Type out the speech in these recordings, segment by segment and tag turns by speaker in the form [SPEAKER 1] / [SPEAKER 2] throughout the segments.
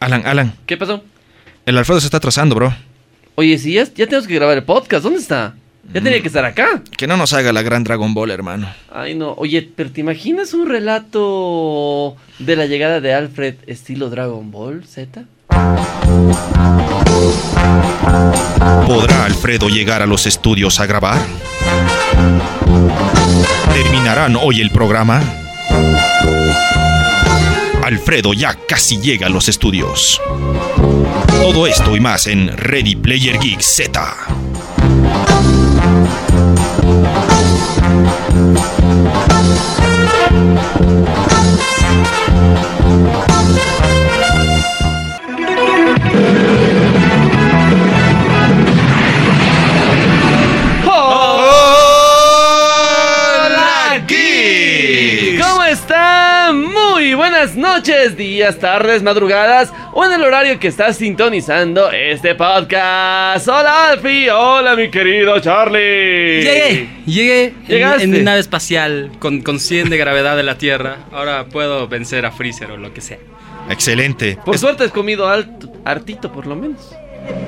[SPEAKER 1] Alan, Alan,
[SPEAKER 2] ¿Qué pasó?
[SPEAKER 1] el Alfredo se está atrasando, bro.
[SPEAKER 2] Oye, si ya, ya tenemos que grabar el podcast, ¿dónde está? Ya tenía que estar acá.
[SPEAKER 1] Que no nos haga la gran Dragon Ball, hermano.
[SPEAKER 2] Ay, no. Oye, pero ¿te imaginas un relato de la llegada de Alfred estilo Dragon Ball Z?
[SPEAKER 1] ¿Podrá Alfredo llegar a los estudios a grabar? ¿Terminarán hoy el programa? Alfredo ya casi llega a los estudios. Todo esto y más en Ready Player Geek Z.
[SPEAKER 2] ¡Hola, ¿Cómo están? Muy buenas noches, días, tardes, madrugadas o en el horario que estás sintonizando este podcast. Hola, Alfie. Hola, mi querido Charlie.
[SPEAKER 3] Llegué, llegué en-
[SPEAKER 2] Llegaste.
[SPEAKER 3] en mi nave espacial con, con 100 de gravedad de la Tierra. Ahora puedo vencer a Freezer o lo que sea.
[SPEAKER 1] Excelente.
[SPEAKER 2] Por
[SPEAKER 1] Es-
[SPEAKER 2] suerte has comido alto, hartito, por lo menos.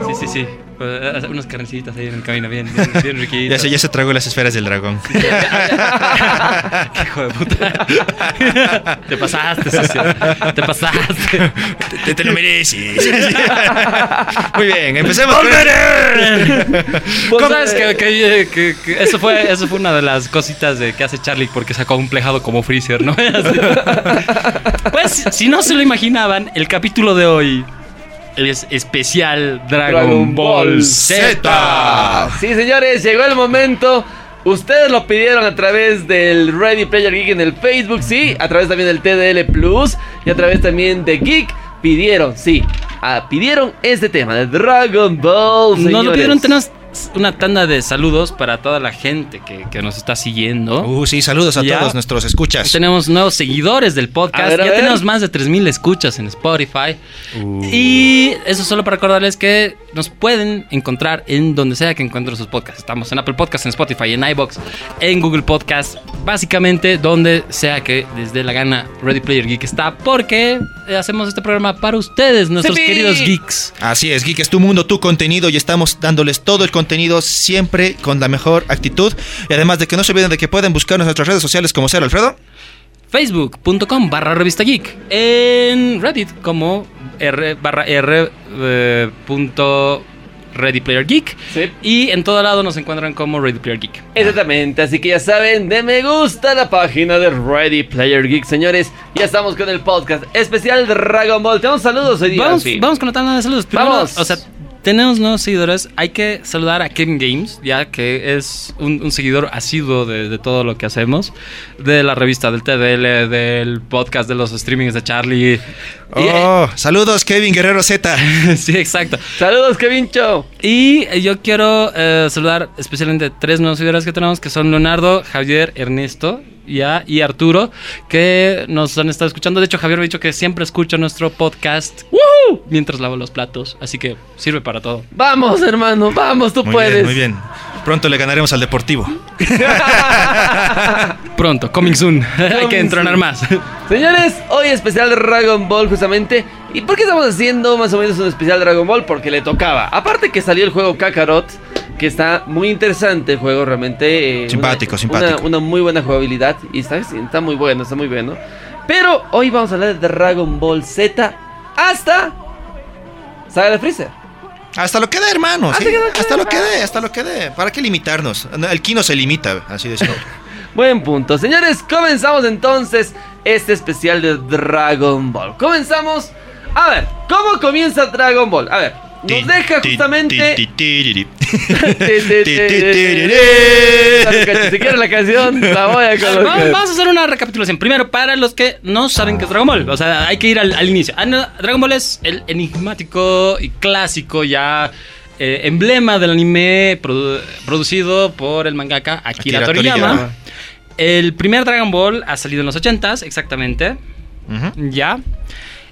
[SPEAKER 3] Sí, sí, sí. Pues, eh, Unas carnecitas ahí en el camino, bien, bien, bien
[SPEAKER 1] ya
[SPEAKER 3] riquitas.
[SPEAKER 1] se, ya se tragó las esferas del dragón.
[SPEAKER 3] Qué hijo de puta. Te pasaste, socio. Te pasaste.
[SPEAKER 1] Te, te lo mereces. Muy bien, empecemos. con-
[SPEAKER 2] Pues,
[SPEAKER 3] ¿Cómo es
[SPEAKER 2] eh,
[SPEAKER 3] que, que- que- que- eso, fue, eso fue una de las cositas de que hace Charlie porque sacó un plejado como Freezer, ¿no? Así. Pues, si no se lo imaginaban, el capítulo de hoy es especial Dragon,
[SPEAKER 2] Dragon Ball
[SPEAKER 3] Ball
[SPEAKER 1] Z.
[SPEAKER 3] Z.
[SPEAKER 2] Sí, señores, llegó el momento. Ustedes lo pidieron a través del Ready Player Geek en el Facebook, sí, a través también del TDL Plus y a través también de Geek. Pidieron, sí, ah, pidieron este tema de Dragon Ball.
[SPEAKER 3] Nos
[SPEAKER 2] señores.
[SPEAKER 3] lo pidieron tenemos una tanda de saludos para toda la gente que, que nos está siguiendo.
[SPEAKER 1] Uh, sí, saludos a
[SPEAKER 3] Ya.
[SPEAKER 1] todos nuestros escuchas.
[SPEAKER 3] Tenemos nuevos seguidores del podcast.
[SPEAKER 2] A ver, Uh. a
[SPEAKER 3] ya
[SPEAKER 2] ver.
[SPEAKER 3] tenemos más de 3.000 escuchas en Spotify. Y eso solo para recordarles que nos pueden encontrar en donde sea que encuentren sus podcasts. Estamos en Apple Podcasts, en Spotify, en iBox, en Google Podcasts. Básicamente, donde sea que les dé la gana Ready Player Geek está. Porque eh, hacemos este programa para ustedes, nuestros
[SPEAKER 2] ¡Sepi!
[SPEAKER 3] queridos geeks.
[SPEAKER 1] Así es, Geek, es tu mundo, tu contenido y estamos dándoles todo el contenido siempre con la mejor actitud. Y además de que no se olviden de que pueden buscarnos en nuestras redes sociales como ser Alfredo.
[SPEAKER 3] Facebook.com barra revista geek. En Reddit como r barra r eh, punto Ready Player Geek.
[SPEAKER 2] Sí.
[SPEAKER 3] Y en todo lado nos encuentran como Radio Player Geek.
[SPEAKER 2] Exactamente, así que ya saben, de me gusta a la página de Ready Player Geek, señores. Ya estamos con el podcast especial de Dragon Ball. Tenemos saludos hoy Este día.
[SPEAKER 3] Vamos,
[SPEAKER 2] sí.
[SPEAKER 3] vamos con la tanda de saludos. Primero,
[SPEAKER 2] Vamos.
[SPEAKER 3] O sea, tenemos nuevos seguidores. Hay que saludar a Kevin Games, ya que es un, un seguidor asiduo de, de todo lo que hacemos. De la revista, del TDL, del podcast, de los streamings de Charlie. Y-
[SPEAKER 1] Oh, saludos, Kevin Guerrero Z.
[SPEAKER 3] sí, exacto.
[SPEAKER 2] Saludos, Kevincho.
[SPEAKER 3] Y eh, yo quiero eh, saludar especialmente tres nuevos seguidores que tenemos, que son Leonardo, Javier, Ernesto ya, y Arturo, que nos han estado escuchando. De hecho, Javier me ha dicho que siempre escucha nuestro podcast mientras lavo los platos, así que sirve para todo.
[SPEAKER 2] Vamos, hermano, vamos, tú
[SPEAKER 1] Muy
[SPEAKER 2] puedes.
[SPEAKER 1] bien, muy bien. Pronto le ganaremos al Deportivo.
[SPEAKER 3] Pronto, coming soon. Hay
[SPEAKER 2] Coming
[SPEAKER 3] que entrenar
[SPEAKER 2] soon.
[SPEAKER 3] más.
[SPEAKER 2] Señores, hoy especial de Dragon Ball justamente. ¿Y por qué estamos haciendo más o menos un especial de Dragon Ball? Porque le tocaba. Aparte que salió el juego Kakarot, que está muy interesante el juego realmente. eh,
[SPEAKER 1] Simpático,
[SPEAKER 2] una-
[SPEAKER 1] simpático.
[SPEAKER 2] Una, una muy buena jugabilidad y está, está muy bueno, está muy bueno. Pero hoy vamos a hablar de Dragon Ball Z hasta... Saga de Freezer.
[SPEAKER 1] Hasta lo que dé, hermano.
[SPEAKER 2] Hasta
[SPEAKER 1] sí.
[SPEAKER 2] que lo que
[SPEAKER 1] Hasta
[SPEAKER 2] dé,
[SPEAKER 1] lo que dé, hasta lo que dé. ¿Para qué limitarnos? No, El Kino se limita, así de simple.
[SPEAKER 2] Buen punto. Señores, comenzamos entonces este especial de Dragon Ball. Comenzamos. A ver, ¿cómo comienza Dragon Ball? A ver, nos deja
[SPEAKER 1] Ti, ti,
[SPEAKER 2] justamente.
[SPEAKER 1] ti, ti, ti, ti. Ti, ti, ti, ti,
[SPEAKER 2] Si
[SPEAKER 1] ti.
[SPEAKER 2] quieres la canción, la voy a
[SPEAKER 3] Vamos,
[SPEAKER 2] colocar.
[SPEAKER 3] vamos a hacer una recapitulación. Primero, para los que no saben qué es Dragon Ball. O sea, hay que ir al, al inicio. Ah, no, Dragon Ball es el enigmático y clásico ya eh, emblema del anime produ- producido por el mangaka Akira,
[SPEAKER 1] Akira
[SPEAKER 3] Toriyama.
[SPEAKER 1] Toriyama.
[SPEAKER 3] El primer Dragon Ball ha salido en los 80s, exactamente.
[SPEAKER 1] Ujú.
[SPEAKER 3] Ya.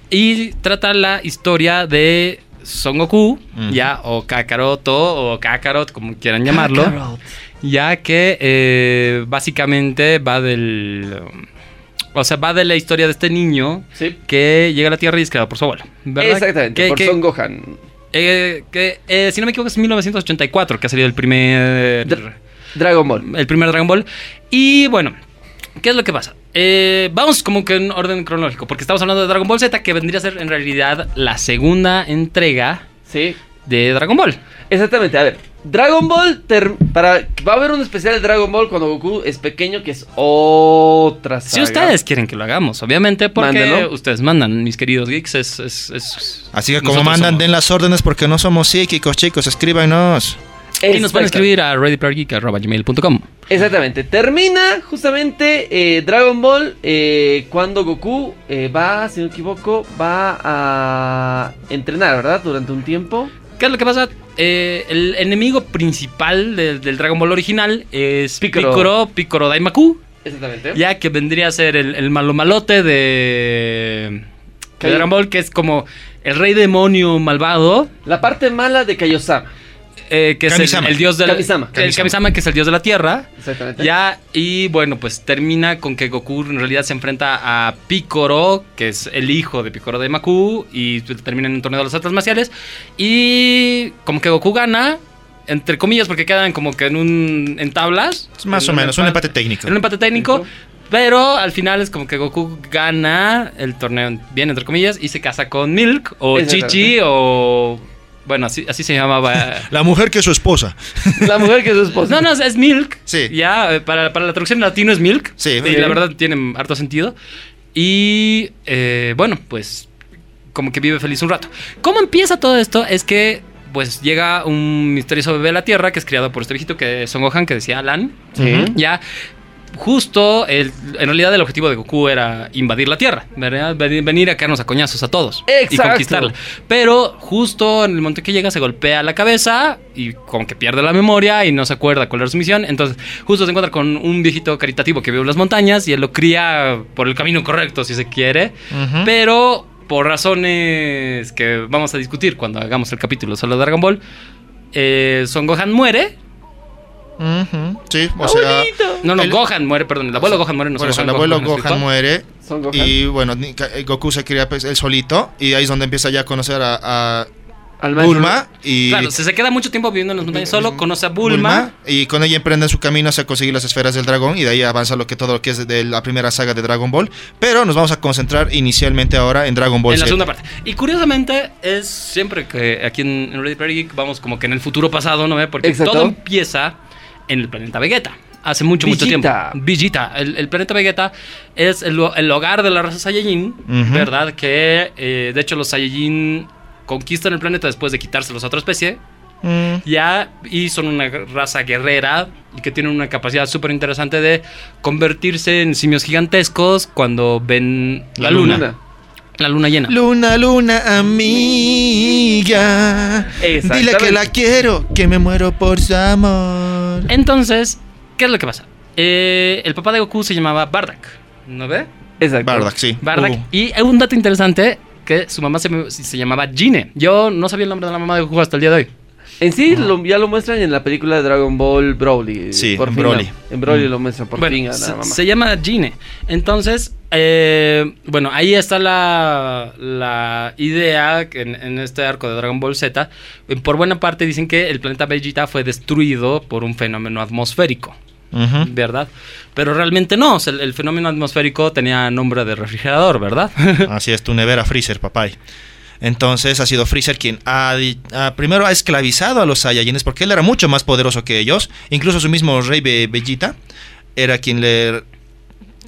[SPEAKER 3] Y trata la historia de Son Goku,
[SPEAKER 1] Ujú.
[SPEAKER 3] ya, o Kakaroto, o Kakarot, como quieran llamarlo. Ya que eh, básicamente va del. O sea, va de la historia de este niño
[SPEAKER 2] Sí.
[SPEAKER 3] que llega a la Tierra y es creado por su abuelo. ¿verdad?
[SPEAKER 2] Exactamente,
[SPEAKER 3] Que-
[SPEAKER 2] por
[SPEAKER 3] que-
[SPEAKER 2] Son Gohan.
[SPEAKER 3] eh, que, eh, si no me equivoco, es 1984 que ha salido el primer.
[SPEAKER 2] Dr- Dragon Ball.
[SPEAKER 3] el primer Dragon Ball. Y bueno, ¿qué es lo que pasa? Eh, vamos como que en orden cronológico, porque estamos hablando de Dragon Ball Z, que vendría a ser en realidad la segunda entrega
[SPEAKER 2] Sí.
[SPEAKER 3] de Dragon Ball.
[SPEAKER 2] Exactamente, a ver. Dragon Ball, ter- para, va a haber un especial de Dragon Ball cuando Goku es pequeño, que es otra saga.
[SPEAKER 3] Si ustedes quieren que lo hagamos, obviamente, porque
[SPEAKER 2] Mándenlo.
[SPEAKER 3] ustedes mandan, mis queridos geeks, es... es- es-
[SPEAKER 1] Así que como
[SPEAKER 3] nosotros
[SPEAKER 1] mandan,
[SPEAKER 3] somos.
[SPEAKER 1] den las órdenes porque no somos psíquicos, chicos, escríbanos.
[SPEAKER 3] Y nos pueden
[SPEAKER 2] Exacta-
[SPEAKER 3] escribir a readyplayergeek.com.
[SPEAKER 2] Exactamente, termina justamente eh, Dragon Ball eh, cuando Goku eh, va, si no me equivoco, va a entrenar, ¿verdad? Durante un tiempo.
[SPEAKER 3] ¿Qué es lo que pasa? Eh, el enemigo principal del- del Dragon Ball original es
[SPEAKER 2] Piccolo.
[SPEAKER 3] Piccolo, Piccolo, Daimaku,
[SPEAKER 2] Exactamente.
[SPEAKER 3] ya que vendría a ser el, el malo malote de,
[SPEAKER 2] Kai-
[SPEAKER 3] de Dragon Ball, que es como el rey demonio malvado,
[SPEAKER 2] La parte mala de Kaiosama.
[SPEAKER 3] eh, que es el-
[SPEAKER 1] Kamisama.
[SPEAKER 3] el, dios de la,
[SPEAKER 2] Kamisama.
[SPEAKER 3] el Kamisama, que es el dios de la tierra.
[SPEAKER 2] Exactamente.
[SPEAKER 3] Ya, y bueno, pues termina con que Goku en realidad se enfrenta a Picoro, que es el hijo de Picoro de Maku, y termina en un torneo de las artes marciales. Y como que Goku gana, entre comillas, porque quedan como que en un. en tablas.
[SPEAKER 1] Es más
[SPEAKER 3] En
[SPEAKER 1] o menos, un empate técnico.
[SPEAKER 3] En un empate técnico.
[SPEAKER 2] Ujú.
[SPEAKER 3] Pero al final es como que Goku gana el torneo, bien entre comillas, y se casa con Milk o
[SPEAKER 2] Exactamente.
[SPEAKER 3] Chichi o. Bueno, así, así se llamaba.
[SPEAKER 1] La mujer que es su esposa.
[SPEAKER 2] La mujer que es su esposa.
[SPEAKER 3] No, no, es Milk.
[SPEAKER 1] Sí.
[SPEAKER 3] Ya, eh, para, para la traducción en latino es Milk.
[SPEAKER 1] Sí.
[SPEAKER 3] Y la verdad tiene harto sentido. Y eh, bueno, pues como que vive feliz un rato. ¿Cómo empieza todo esto? Es que pues llega un misterioso bebé a la Tierra que es criado por este viejito que es Son Gohan, que decía Alan.
[SPEAKER 2] Sí.
[SPEAKER 3] Ya, justo, el- en realidad el objetivo de Goku era invadir la Tierra, ¿verdad? Ven- Venir a caernos a coñazos a todos
[SPEAKER 2] Exacto.
[SPEAKER 3] y conquistarla. Pero justo en el momento que llega se golpea la cabeza y como que pierde la memoria y no se acuerda cuál era su misión. Entonces justo se encuentra con un viejito caritativo que vive en las montañas y él lo cría por el camino correcto, si se quiere.
[SPEAKER 1] Ujú.
[SPEAKER 3] Pero por razones que vamos a discutir cuando hagamos el capítulo solo de Dragon Ball, eh, Son Gohan muere.
[SPEAKER 1] Ujú. Sí, o sea.
[SPEAKER 3] No, no,
[SPEAKER 1] El-
[SPEAKER 3] Gohan muere, perdón. El abuelo Gohan muere. No
[SPEAKER 1] Por
[SPEAKER 3] Son
[SPEAKER 1] eso, el
[SPEAKER 3] Gohan,
[SPEAKER 1] abuelo
[SPEAKER 3] ¿me explico?
[SPEAKER 1] Gohan muere.
[SPEAKER 2] Son Gohan.
[SPEAKER 1] Y bueno, ni- Ka- eh, Goku se cría pues, él solito. Y ahí es donde empieza ya a conocer a, a
[SPEAKER 2] Al maestro-
[SPEAKER 1] Bulma. Y
[SPEAKER 3] Claro, se, se queda mucho tiempo viviendo en las montañas solo, conoce a Bulma.
[SPEAKER 1] Y con ella emprenden su camino hacia conseguir las esferas del dragón. Y de ahí avanza lo que todo lo que es de- de la primera saga de Dragon Ball. Pero nos vamos a concentrar inicialmente ahora en Dragon Ball
[SPEAKER 3] en la
[SPEAKER 1] Z.
[SPEAKER 3] segunda parte. Y curiosamente, es siempre que aquí en, en Ready Player Geek vamos como que en el futuro pasado, ¿no? ve? Porque
[SPEAKER 2] Exacto.
[SPEAKER 3] todo empieza en el planeta Vegeta. Hace mucho, mucho tiempo.
[SPEAKER 2] Vegeta.
[SPEAKER 3] Vegeta. El, el planeta Vegeta es el, lo- el hogar de la raza Saiyajin,
[SPEAKER 1] Ujú.
[SPEAKER 3] ¿verdad? Que eh, de hecho los Saiyajin conquistan el planeta después de quitárselos a otra especie.
[SPEAKER 1] Mm.
[SPEAKER 3] Ya, y son una raza guerrera y que tienen una capacidad súper interesante de convertirse en simios gigantescos cuando ven la,
[SPEAKER 1] La
[SPEAKER 3] luna.
[SPEAKER 2] Luna.
[SPEAKER 3] La luna llena.
[SPEAKER 1] Luna, luna, amiga. Dile que la quiero, que me muero por su amor.
[SPEAKER 3] Entonces, ¿qué es lo que pasa? Eh, el papá de Goku se llamaba Bardak, ¿no ve?
[SPEAKER 2] Exacto.
[SPEAKER 1] Bardock, sí.
[SPEAKER 3] Bardak.
[SPEAKER 1] Uh.
[SPEAKER 3] Y hay un dato interesante que su mamá se, se llamaba Gine. Yo no sabía el nombre de la mamá de Goku hasta el día de hoy.
[SPEAKER 2] En sí lo- ya lo muestran en la película de Dragon Ball Broly.
[SPEAKER 1] Sí,
[SPEAKER 2] por
[SPEAKER 1] en
[SPEAKER 2] fin,
[SPEAKER 1] Broly.
[SPEAKER 2] la- En Broly lo muestran por
[SPEAKER 3] bueno,
[SPEAKER 2] fin. a la
[SPEAKER 3] se,
[SPEAKER 2] mamá.
[SPEAKER 3] se llama Gine. Entonces, eh, bueno, ahí está la, la idea que en, en este arco de Dragon Ball Z. eh, Por buena parte dicen que el planeta Vegeta fue destruido por un fenómeno atmosférico.
[SPEAKER 1] Ujú.
[SPEAKER 3] ¿verdad? Pero realmente no, o sea, el, el fenómeno atmosférico tenía nombre de refrigerador, ¿verdad?
[SPEAKER 1] Así es, tu nevera Freezer, papay. Entonces ha sido Freezer quien ha, di- ha- primero ha esclavizado a los Saiyajines porque él era mucho más poderoso que ellos. Incluso su mismo rey Be- Bellita era quien le,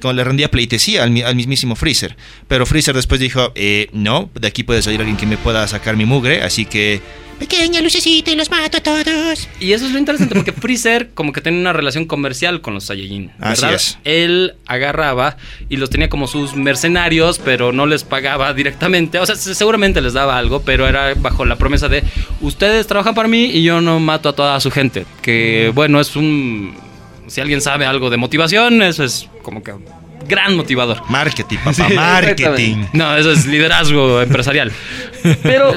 [SPEAKER 1] como le rendía pleitesía al, mi- al mismísimo Freezer. Pero Freezer después dijo, "Eh, no, de aquí puede salir alguien que me pueda sacar mi mugre, así que...
[SPEAKER 4] Pequeña lucecita y los mato a todos.
[SPEAKER 3] y eso es lo interesante porque Freezer como que tenía una relación comercial con los Saiyajin, ¿verdad?
[SPEAKER 1] Así es.
[SPEAKER 3] Él agarraba y los tenía como sus mercenarios, pero no les pagaba directamente. O sea, se- seguramente les daba algo, pero era bajo la promesa de ustedes trabajan para mí y yo no mato a toda su gente. Que bueno, es un... Si alguien sabe algo de motivación, eso es como que un gran motivador.
[SPEAKER 1] Marketing, papá,
[SPEAKER 3] Sí,
[SPEAKER 1] marketing.
[SPEAKER 2] exactamente.
[SPEAKER 3] No, eso es liderazgo empresarial.
[SPEAKER 2] Pero,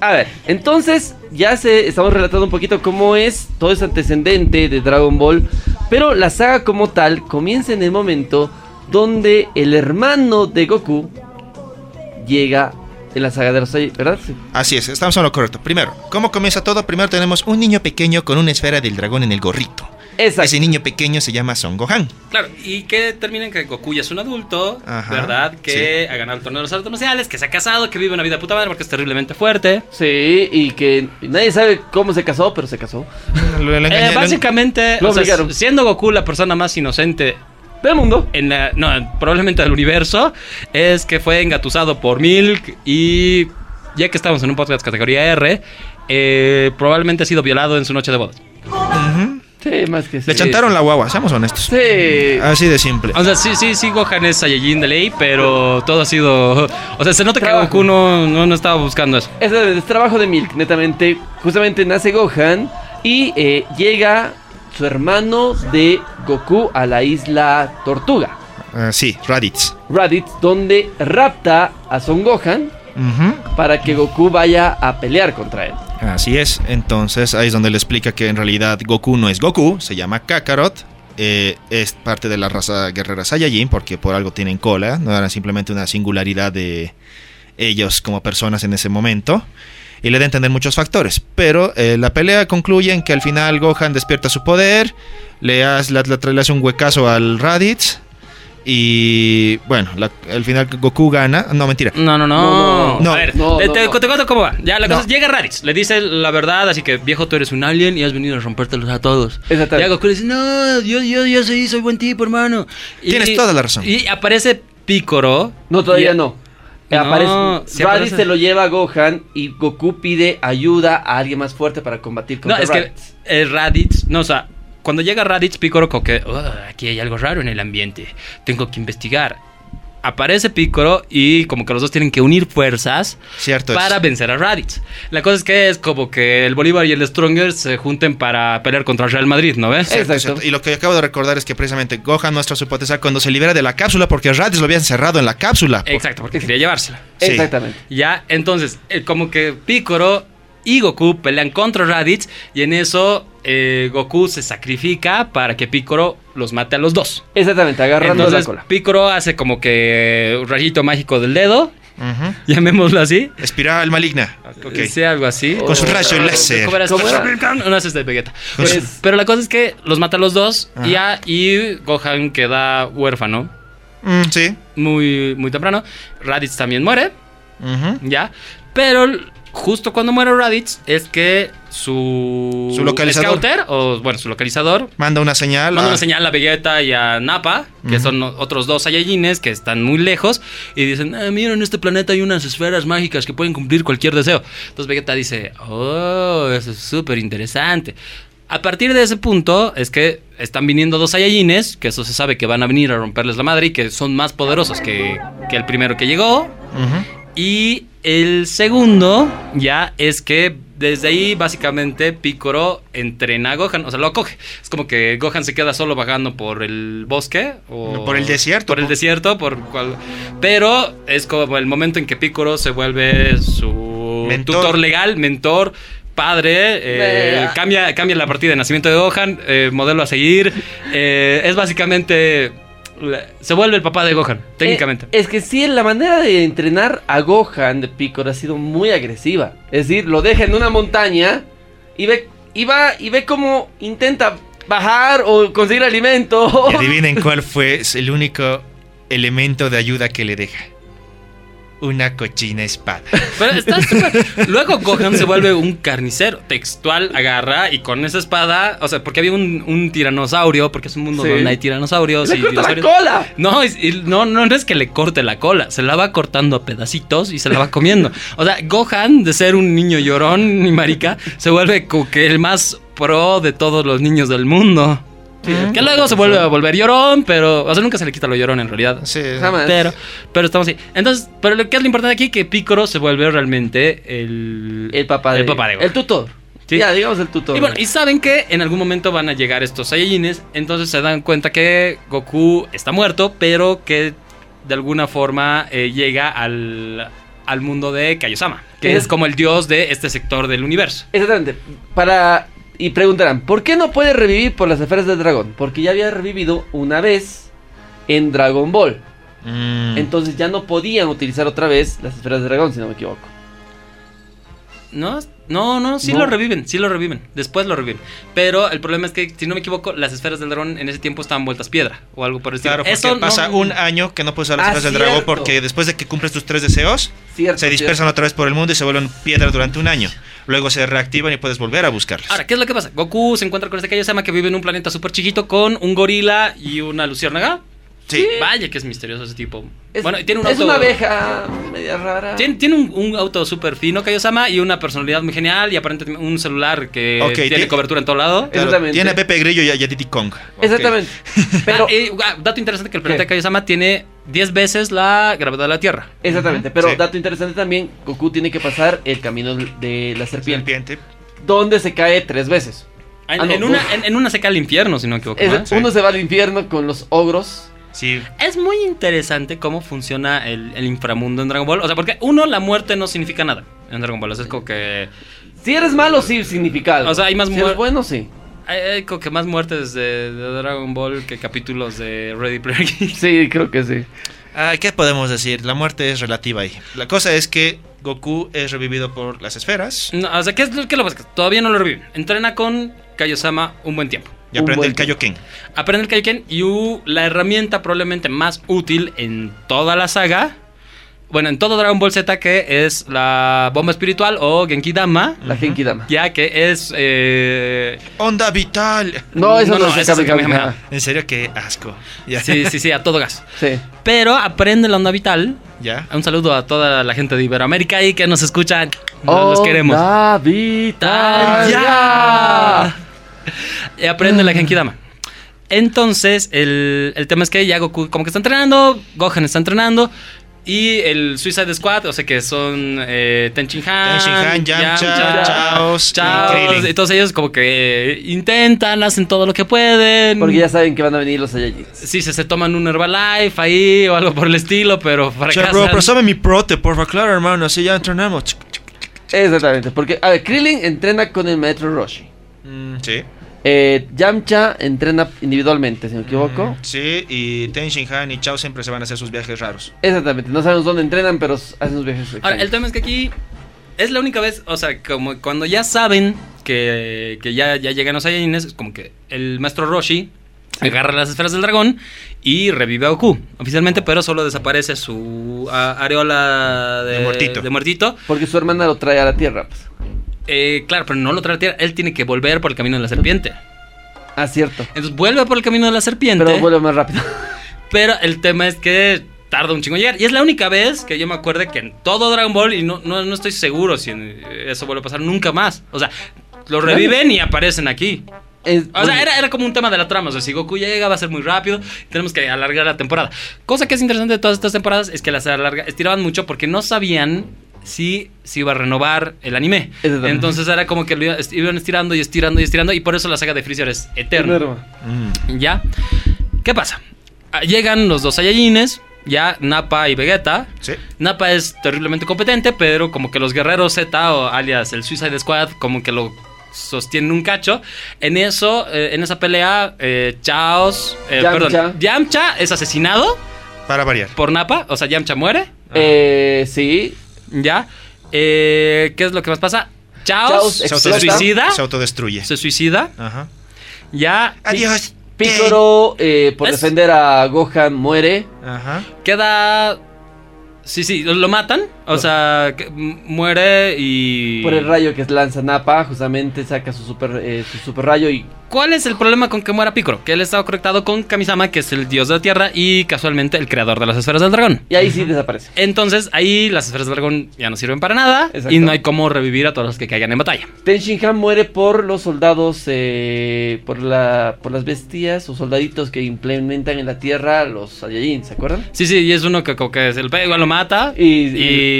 [SPEAKER 2] a ver, entonces ya se estamos relatando un poquito cómo es todo ese antecedente de Dragon Ball. Pero la saga como tal comienza en el momento donde el hermano de Goku llega en la saga de los Saiyajin, ¿verdad? Sí.
[SPEAKER 1] Así es, estamos en lo correcto. Primero, ¿cómo comienza todo? Primero tenemos un niño pequeño con una esfera del dragón en el gorrito.
[SPEAKER 2] Exacto.
[SPEAKER 1] Ese niño pequeño se llama Son Gohan.
[SPEAKER 3] Claro, y que termina en que Goku ya es un adulto,
[SPEAKER 1] Ajá,
[SPEAKER 3] ¿verdad? Que ha ganado el torneo de los artes marciales, que se ha casado, que vive una vida puta madre porque es terriblemente fuerte.
[SPEAKER 2] Sí, y que nadie sabe cómo se casó, pero se casó.
[SPEAKER 1] Lo- lo
[SPEAKER 3] Eh,
[SPEAKER 1] engañaron.
[SPEAKER 3] básicamente,
[SPEAKER 2] Lo
[SPEAKER 3] o sea,
[SPEAKER 2] obligaron.
[SPEAKER 3] siendo Goku la persona más inocente
[SPEAKER 2] Del mundo.
[SPEAKER 3] en la, no, probablemente del universo, es que fue engatusado por Milk y ya que estamos en un podcast categoría R, eh, probablemente ha sido violado en su noche de bodas.
[SPEAKER 2] Sí, más que sí.
[SPEAKER 1] Le chantaron la guagua, seamos honestos.
[SPEAKER 2] Sí.
[SPEAKER 1] Así de simple.
[SPEAKER 3] O sea, sí, sí, sí, Gohan es Saiyajin de ley, pero todo ha sido... O sea, se nota que
[SPEAKER 2] Trabajo.
[SPEAKER 3] Goku no, no, no estaba buscando eso.
[SPEAKER 2] Es, es trabajo de Milk, netamente. Justamente nace Gohan y eh, llega su hermano de Goku a la isla Tortuga,
[SPEAKER 1] Ah, sí, Raditz.
[SPEAKER 2] Raditz, donde rapta a Son Gohan
[SPEAKER 1] Ujú.
[SPEAKER 2] para que Goku vaya a pelear contra él.
[SPEAKER 1] Así es. Entonces ahí es donde le explica que en realidad Goku no es Goku, se llama Kakarot. eh, es parte de la raza guerrera Saiyajin porque por algo tienen cola, no era simplemente una singularidad de ellos como personas en ese momento. Y le da a entender muchos factores. Pero eh, la pelea concluye en que al final Gohan despierta su poder, le hace, la- la- le hace un huecazo al Raditz. Y bueno, la- al final Goku gana. No, mentira.
[SPEAKER 3] No, no,
[SPEAKER 2] No,
[SPEAKER 3] no.
[SPEAKER 2] no, no.
[SPEAKER 3] a ver,
[SPEAKER 2] No,
[SPEAKER 3] te,
[SPEAKER 2] no,
[SPEAKER 3] te-
[SPEAKER 2] no.
[SPEAKER 3] te cuento cómo va. Ya, la cosa
[SPEAKER 1] No.
[SPEAKER 3] es, llega Raditz, le dice la verdad, así que viejo, tú eres un alien y has venido a rompértelos a todos.
[SPEAKER 2] Exactamente.
[SPEAKER 3] Y Goku le dice, no, yo, yo, yo soy, soy buen tipo, hermano. Y-
[SPEAKER 1] Tienes toda la razón.
[SPEAKER 3] Y aparece Picoro.
[SPEAKER 2] No, todavía no.
[SPEAKER 3] No,
[SPEAKER 2] aparece, Raditz
[SPEAKER 3] sí aparece.
[SPEAKER 2] se lo lleva a Gohan y Goku pide ayuda a alguien más fuerte para combatir
[SPEAKER 3] No,
[SPEAKER 2] contra
[SPEAKER 3] es que
[SPEAKER 2] Raditz.
[SPEAKER 3] eh, Raditz, no, o sea, cuando llega Raditz, Picoro como que, "Ugh, aquí hay algo raro en el ambiente, tengo que investigar. Aparece Picoro y como que los dos tienen que unir fuerzas
[SPEAKER 1] Cierto. es.
[SPEAKER 3] para vencer a Raditz. La cosa es que es como que el Bolívar y el Stronger se junten para pelear contra el Real Madrid, ¿no ves?
[SPEAKER 2] Eh.
[SPEAKER 1] Cierto,
[SPEAKER 2] Exacto.
[SPEAKER 1] cierto. Y lo que acabo de recordar es que precisamente Gohan muestra su potestad cuando se libera de la cápsula porque Raditz lo había encerrado en la cápsula.
[SPEAKER 3] Exacto, porque quería llevársela.
[SPEAKER 1] Sí.
[SPEAKER 2] Exactamente.
[SPEAKER 3] Ya, entonces, eh, como que Picoro y Goku pelean contra Raditz y en eso eh, Goku se sacrifica para que Picoro los mate a los dos.
[SPEAKER 2] Exactamente, agarrando la
[SPEAKER 3] Entonces,
[SPEAKER 2] cola.
[SPEAKER 3] Picoro hace como que un rayito mágico del dedo,
[SPEAKER 1] Ujú.
[SPEAKER 3] llamémoslo así.
[SPEAKER 1] Espiral maligna. Ok.
[SPEAKER 3] Sí, algo así.
[SPEAKER 1] Con su
[SPEAKER 2] Oh.
[SPEAKER 1] rayo láser.
[SPEAKER 3] ¿Cómo era?
[SPEAKER 2] ¿Cómo era?
[SPEAKER 3] No haces de Vegeta.
[SPEAKER 1] Con
[SPEAKER 3] Pero-
[SPEAKER 2] su-
[SPEAKER 3] pero la cosa es que los mata a los dos
[SPEAKER 1] Ajá.
[SPEAKER 3] y, ya, y Gohan queda huérfano
[SPEAKER 1] Mm, sí.
[SPEAKER 3] muy, muy temprano. Raditz también muere.
[SPEAKER 1] Ujú.
[SPEAKER 3] ¿ya? Pero l- justo cuando muere Raditz es que su...
[SPEAKER 1] Su localizador.
[SPEAKER 3] scouter, o bueno, su localizador,
[SPEAKER 1] Manda una señal.
[SPEAKER 3] manda
[SPEAKER 1] a-
[SPEAKER 3] una señal a Vegeta y a Nappa, que
[SPEAKER 1] Ujú.
[SPEAKER 3] son o- otros dos Saiyajines que están muy lejos, y dicen, "Ah, mira, en este planeta hay unas esferas mágicas que pueden cumplir cualquier deseo. Entonces Vegeta dice, oh, eso es súper interesante. A partir de ese punto es que están viniendo dos Saiyajines, que eso se sabe que van a venir a romperles la madre y que son más poderosos que, que el primero que llegó,
[SPEAKER 1] Ujú.
[SPEAKER 3] y el segundo ya es que desde ahí básicamente Picoro entrena a Gohan, o sea, lo acoge. Es como que Gohan se queda solo vagando por el bosque o
[SPEAKER 1] Por el desierto,
[SPEAKER 3] por el
[SPEAKER 1] por-
[SPEAKER 3] desierto, por cual- pero es como el momento en que Picoro se vuelve su
[SPEAKER 1] Mentor.
[SPEAKER 3] tutor legal, mentor Padre, eh,
[SPEAKER 2] Vea.
[SPEAKER 3] cambia, cambia la partida de nacimiento de Gohan, eh, modelo a seguir. eh, es básicamente. la- Se vuelve el papá de Gohan, técnicamente.
[SPEAKER 2] Eh, es que sí, la manera de entrenar a Gohan de Picor ha sido muy agresiva. Es decir, lo deja en una montaña y ve, y va, y ve cómo intenta bajar o conseguir alimento.
[SPEAKER 3] Oh.
[SPEAKER 1] Y adivinen cuál fue el único elemento de ayuda que le deja. Una cochina espada.
[SPEAKER 3] Pero está súper- Luego Gohan se vuelve un carnicero. Textual agarra y con esa espada. O sea, porque había un, un tiranosaurio, porque es un mundo
[SPEAKER 2] Sí.
[SPEAKER 3] donde hay tiranosaurios
[SPEAKER 2] ¡Le
[SPEAKER 3] y
[SPEAKER 2] corta la
[SPEAKER 3] dinosaurios.
[SPEAKER 2] cola!
[SPEAKER 3] No, es- y no, no, no es que le corte la cola, se la va cortando a pedacitos y se la va comiendo. O sea, Gohan, de ser un niño llorón y marica, se vuelve como que el más pro de todos los niños del mundo. que luego se vuelve a volver llorón, pero. O sea, nunca se le quita lo llorón en realidad.
[SPEAKER 1] Sí.
[SPEAKER 2] Jamás.
[SPEAKER 3] Pero, pero estamos así. Entonces, pero lo que es lo importante aquí es que Picoro se vuelve realmente el,
[SPEAKER 2] El papá de
[SPEAKER 3] el papá de Goku.
[SPEAKER 2] El tutor.
[SPEAKER 3] Sí.
[SPEAKER 2] Ya, digamos el tutor.
[SPEAKER 3] Y bueno, y saben que en algún momento van a llegar estos Saiyajines, entonces se dan cuenta que Goku está muerto, pero que de alguna forma eh, llega al, al mundo de Kaiosama, que
[SPEAKER 2] Ujú.
[SPEAKER 3] es como el dios de este sector del universo.
[SPEAKER 2] Exactamente. Para. Y preguntarán, ¿por qué no puede revivir por las esferas del dragón? Porque ya había revivido una vez en Dragon Ball.
[SPEAKER 1] Mm.
[SPEAKER 2] Entonces ya no podían utilizar otra vez las esferas de dragón, si no me equivoco.
[SPEAKER 3] No, no, no, sí
[SPEAKER 2] No.
[SPEAKER 3] lo reviven, sí lo reviven. Después lo reviven. Pero el problema es que, si no me equivoco, las esferas del dragón en ese tiempo estaban vueltas piedra o algo por el estilo.
[SPEAKER 1] Claro, porque
[SPEAKER 3] Eso no-
[SPEAKER 1] pasa un año que no puedes usar las
[SPEAKER 2] Ah,
[SPEAKER 1] esferas del
[SPEAKER 2] cierto.
[SPEAKER 1] dragón porque después de que cumples tus tres deseos,
[SPEAKER 2] Cierto,
[SPEAKER 1] se dispersan
[SPEAKER 2] cierto.
[SPEAKER 1] otra vez por el mundo y se vuelven piedras durante un año. Luego se reactivan y puedes volver a buscarlas.
[SPEAKER 3] Ahora, ¿qué es lo que pasa? Goku se encuentra con este Kaiosama que vive en un planeta súper chiquito con un gorila y una luciérnaga.
[SPEAKER 1] sí.
[SPEAKER 3] Vaya que es misterioso ese tipo.
[SPEAKER 2] Es,
[SPEAKER 3] bueno, y tiene un
[SPEAKER 2] es
[SPEAKER 3] auto.
[SPEAKER 2] una abeja media rara.
[SPEAKER 3] Tiene, tiene un, un auto súper fino, Kaiosama, y una personalidad muy genial y aparentemente un celular que
[SPEAKER 1] Ok,
[SPEAKER 3] tiene
[SPEAKER 1] ti-
[SPEAKER 3] cobertura en todo lado.
[SPEAKER 1] Claro,
[SPEAKER 2] Exactamente.
[SPEAKER 1] tiene a Pepe Grillo y a y a Diddy Kong. Ok.
[SPEAKER 2] Exactamente. Pero,
[SPEAKER 3] Pero, eh, ah, dato interesante que el planeta
[SPEAKER 2] ¿Qué?
[SPEAKER 3] Kaiosama tiene 10 veces la gravedad de la Tierra.
[SPEAKER 2] exactamente. Pero
[SPEAKER 1] sí.
[SPEAKER 2] dato interesante también, Goku tiene que pasar el camino de la serpiente,
[SPEAKER 1] Serpiente.
[SPEAKER 2] donde se cae tres veces.
[SPEAKER 3] En,
[SPEAKER 2] Ah, no,
[SPEAKER 3] en una,
[SPEAKER 2] dos.
[SPEAKER 3] en, en una se cae al infierno, si no me equivoco.
[SPEAKER 2] Es-
[SPEAKER 3] ¿no?
[SPEAKER 1] Sí.
[SPEAKER 2] Uno se va al infierno con los ogros.
[SPEAKER 1] Sí.
[SPEAKER 3] Es muy interesante cómo funciona el, el inframundo en Dragon Ball. O sea, porque uno, la muerte no significa nada en Dragon Ball. O sea, es como que.
[SPEAKER 2] Si eres malo, sí significa algo.
[SPEAKER 3] O sea, hay más
[SPEAKER 2] si
[SPEAKER 3] muer-
[SPEAKER 2] eres bueno, sí.
[SPEAKER 3] Hay, hay como que más muertes de, de Dragon Ball que capítulos de Ready Player Geek.
[SPEAKER 2] Sí, creo que sí.
[SPEAKER 1] Ah, ¿Qué podemos decir? La muerte es relativa ahí. La cosa es que Goku es revivido por las esferas
[SPEAKER 3] No, o sea, ¿qué es lo qué es lo que pasa? Todavía no lo reviven. Entrena con Kaiosama un buen tiempo.
[SPEAKER 1] y
[SPEAKER 2] Un
[SPEAKER 1] aprende
[SPEAKER 2] buen
[SPEAKER 1] el Kaioken.
[SPEAKER 3] Aprende el Kaiken y u- la herramienta probablemente más útil en toda la saga. Bueno, en todo Dragon Ball Z, que es la bomba espiritual o Genki Dama.
[SPEAKER 2] La
[SPEAKER 1] Ujú.
[SPEAKER 2] Genki Dama.
[SPEAKER 3] Ya que es. eh,
[SPEAKER 1] Onda vital.
[SPEAKER 2] No, eso
[SPEAKER 3] No,
[SPEAKER 2] no,
[SPEAKER 3] no,
[SPEAKER 2] es
[SPEAKER 3] ese es el
[SPEAKER 2] el Kamehameha.
[SPEAKER 3] Kamehameha.
[SPEAKER 1] En serio, qué asco. Ya.
[SPEAKER 3] sí, sí, sí, a todo gas.
[SPEAKER 2] Sí.
[SPEAKER 3] Pero aprende la onda vital.
[SPEAKER 1] ya.
[SPEAKER 3] Un saludo a toda la gente de Iberoamérica y que nos escuchan. Los-
[SPEAKER 2] Oh,
[SPEAKER 3] los queremos.
[SPEAKER 2] Onda
[SPEAKER 3] Tan-
[SPEAKER 2] vital
[SPEAKER 3] ya. Y aprende
[SPEAKER 1] Mm.
[SPEAKER 3] la Genki Dama. Entonces, el, el tema es que ya Goku como que está entrenando, Gohan está entrenando, y el Suicide Squad, o sea que son eh, Ten Shin Han,
[SPEAKER 1] Ten Shin Han, Yamcha,
[SPEAKER 3] Yamcha,
[SPEAKER 1] Chaos y Krillin.
[SPEAKER 3] y todos ellos como que intentan, hacen todo lo que pueden.
[SPEAKER 2] Porque ya saben que van a venir los Saiyajins.
[SPEAKER 3] Sí, se, se toman un Herbalife ahí o algo por el estilo, pero
[SPEAKER 1] Che,
[SPEAKER 3] fracasan.
[SPEAKER 1] bro, pero sabe mi prote, por favor, claro, hermano. Así ya entrenamos. Ch- ch-
[SPEAKER 2] Exactamente. Porque, a ver, Krillin entrena con el maestro Roshi.
[SPEAKER 1] Mm, sí.
[SPEAKER 2] Eh, Yamcha entrena individualmente, si no me equivoco.
[SPEAKER 1] Mm, Sí, y Ten Shin Han y Chao siempre se van a hacer sus viajes raros.
[SPEAKER 2] Exactamente. No sabemos dónde entrenan, pero s- hacen sus viajes.
[SPEAKER 3] Ahora,
[SPEAKER 2] extraños.
[SPEAKER 3] el tema es que aquí es la única vez, o sea, como cuando ya saben que, que ya, ya llegan los Saiyajines, es como que el maestro Roshi agarra las esferas del dragón y revive a Goku oficialmente, pero solo desaparece su a- areola de,
[SPEAKER 1] De muertito.
[SPEAKER 3] de muertito.
[SPEAKER 2] Porque su hermana lo trae a la tierra. pues.
[SPEAKER 3] Eh, claro, pero no lo trae a la tierra, él tiene que volver por el camino de la serpiente.
[SPEAKER 2] Ah, cierto.
[SPEAKER 3] Entonces vuelve por el camino de la serpiente,
[SPEAKER 2] Pero
[SPEAKER 3] pero,
[SPEAKER 2] vuelve más rápido.
[SPEAKER 3] el tema es que tarda un chingo en llegar. Y es la única vez que yo me acuerdo que en todo Dragon Ball, y no, no, no estoy seguro si en- eh, eso vuelve a pasar nunca más. O sea, lo reviven y aparecen aquí.
[SPEAKER 2] Es-
[SPEAKER 3] O sea, era, era como un tema de la trama. O sea, si Goku llega va a ser muy rápido. Tenemos que alargar la temporada. Cosa que es interesante de todas estas temporadas es que las alarga, estiraban mucho porque no sabían si se iba a renovar el anime.
[SPEAKER 2] Exactamente.
[SPEAKER 3] Entonces era como que lo iba- iban estirando y estirando y estirando. Y por eso la saga de Freezer es eterna.
[SPEAKER 1] Mm.
[SPEAKER 3] Ya. ¿Qué pasa? Ah, Llegan los dos Saiyajines. Ya, Nappa y Vegeta.
[SPEAKER 1] Sí.
[SPEAKER 3] Nappa es terriblemente competente, pero como que los guerreros Z o alias el Suicide Squad, como que lo sostienen un cacho. En eso, eh, en esa pelea, eh, Chaos, eh,
[SPEAKER 2] Yamcha.
[SPEAKER 3] perdón, Yamcha es asesinado
[SPEAKER 1] Para variar.
[SPEAKER 3] por Nappa, o sea, Yamcha muere,
[SPEAKER 2] Eh, sí.
[SPEAKER 3] ya. Eh, ¿Qué es lo que más pasa? Chaos,
[SPEAKER 2] Chaos
[SPEAKER 3] se
[SPEAKER 2] explota.
[SPEAKER 3] suicida,
[SPEAKER 1] Se autodestruye.
[SPEAKER 3] se suicida,
[SPEAKER 1] Ajá.
[SPEAKER 3] ya.
[SPEAKER 1] Adiós.
[SPEAKER 2] Piccolo, eh, por
[SPEAKER 3] Es-
[SPEAKER 2] defender a Gohan, muere.
[SPEAKER 1] Ajá.
[SPEAKER 3] Queda. Sí, sí, lo matan, o sea, que- m- muere y.
[SPEAKER 2] Por el rayo que lanza Nappa, justamente saca su super, eh, su super rayo y
[SPEAKER 3] ¿Cuál es el problema con que muera Piccolo? Que él estaba conectado con Kamisama, que es el dios de la tierra y casualmente el creador de las esferas del dragón.
[SPEAKER 2] Y ahí sí desaparece.
[SPEAKER 3] Entonces ahí las esferas del dragón ya no sirven para nada
[SPEAKER 2] Exacto.
[SPEAKER 3] y no hay cómo revivir a todos los que caigan en batalla.
[SPEAKER 2] Ten Shin Han muere por los soldados, eh, por, la, por las bestias o soldaditos que implementan en la tierra los Saiyajin, ¿se acuerdan?
[SPEAKER 3] Sí, sí, y es uno que como que se le pega igual lo mata y,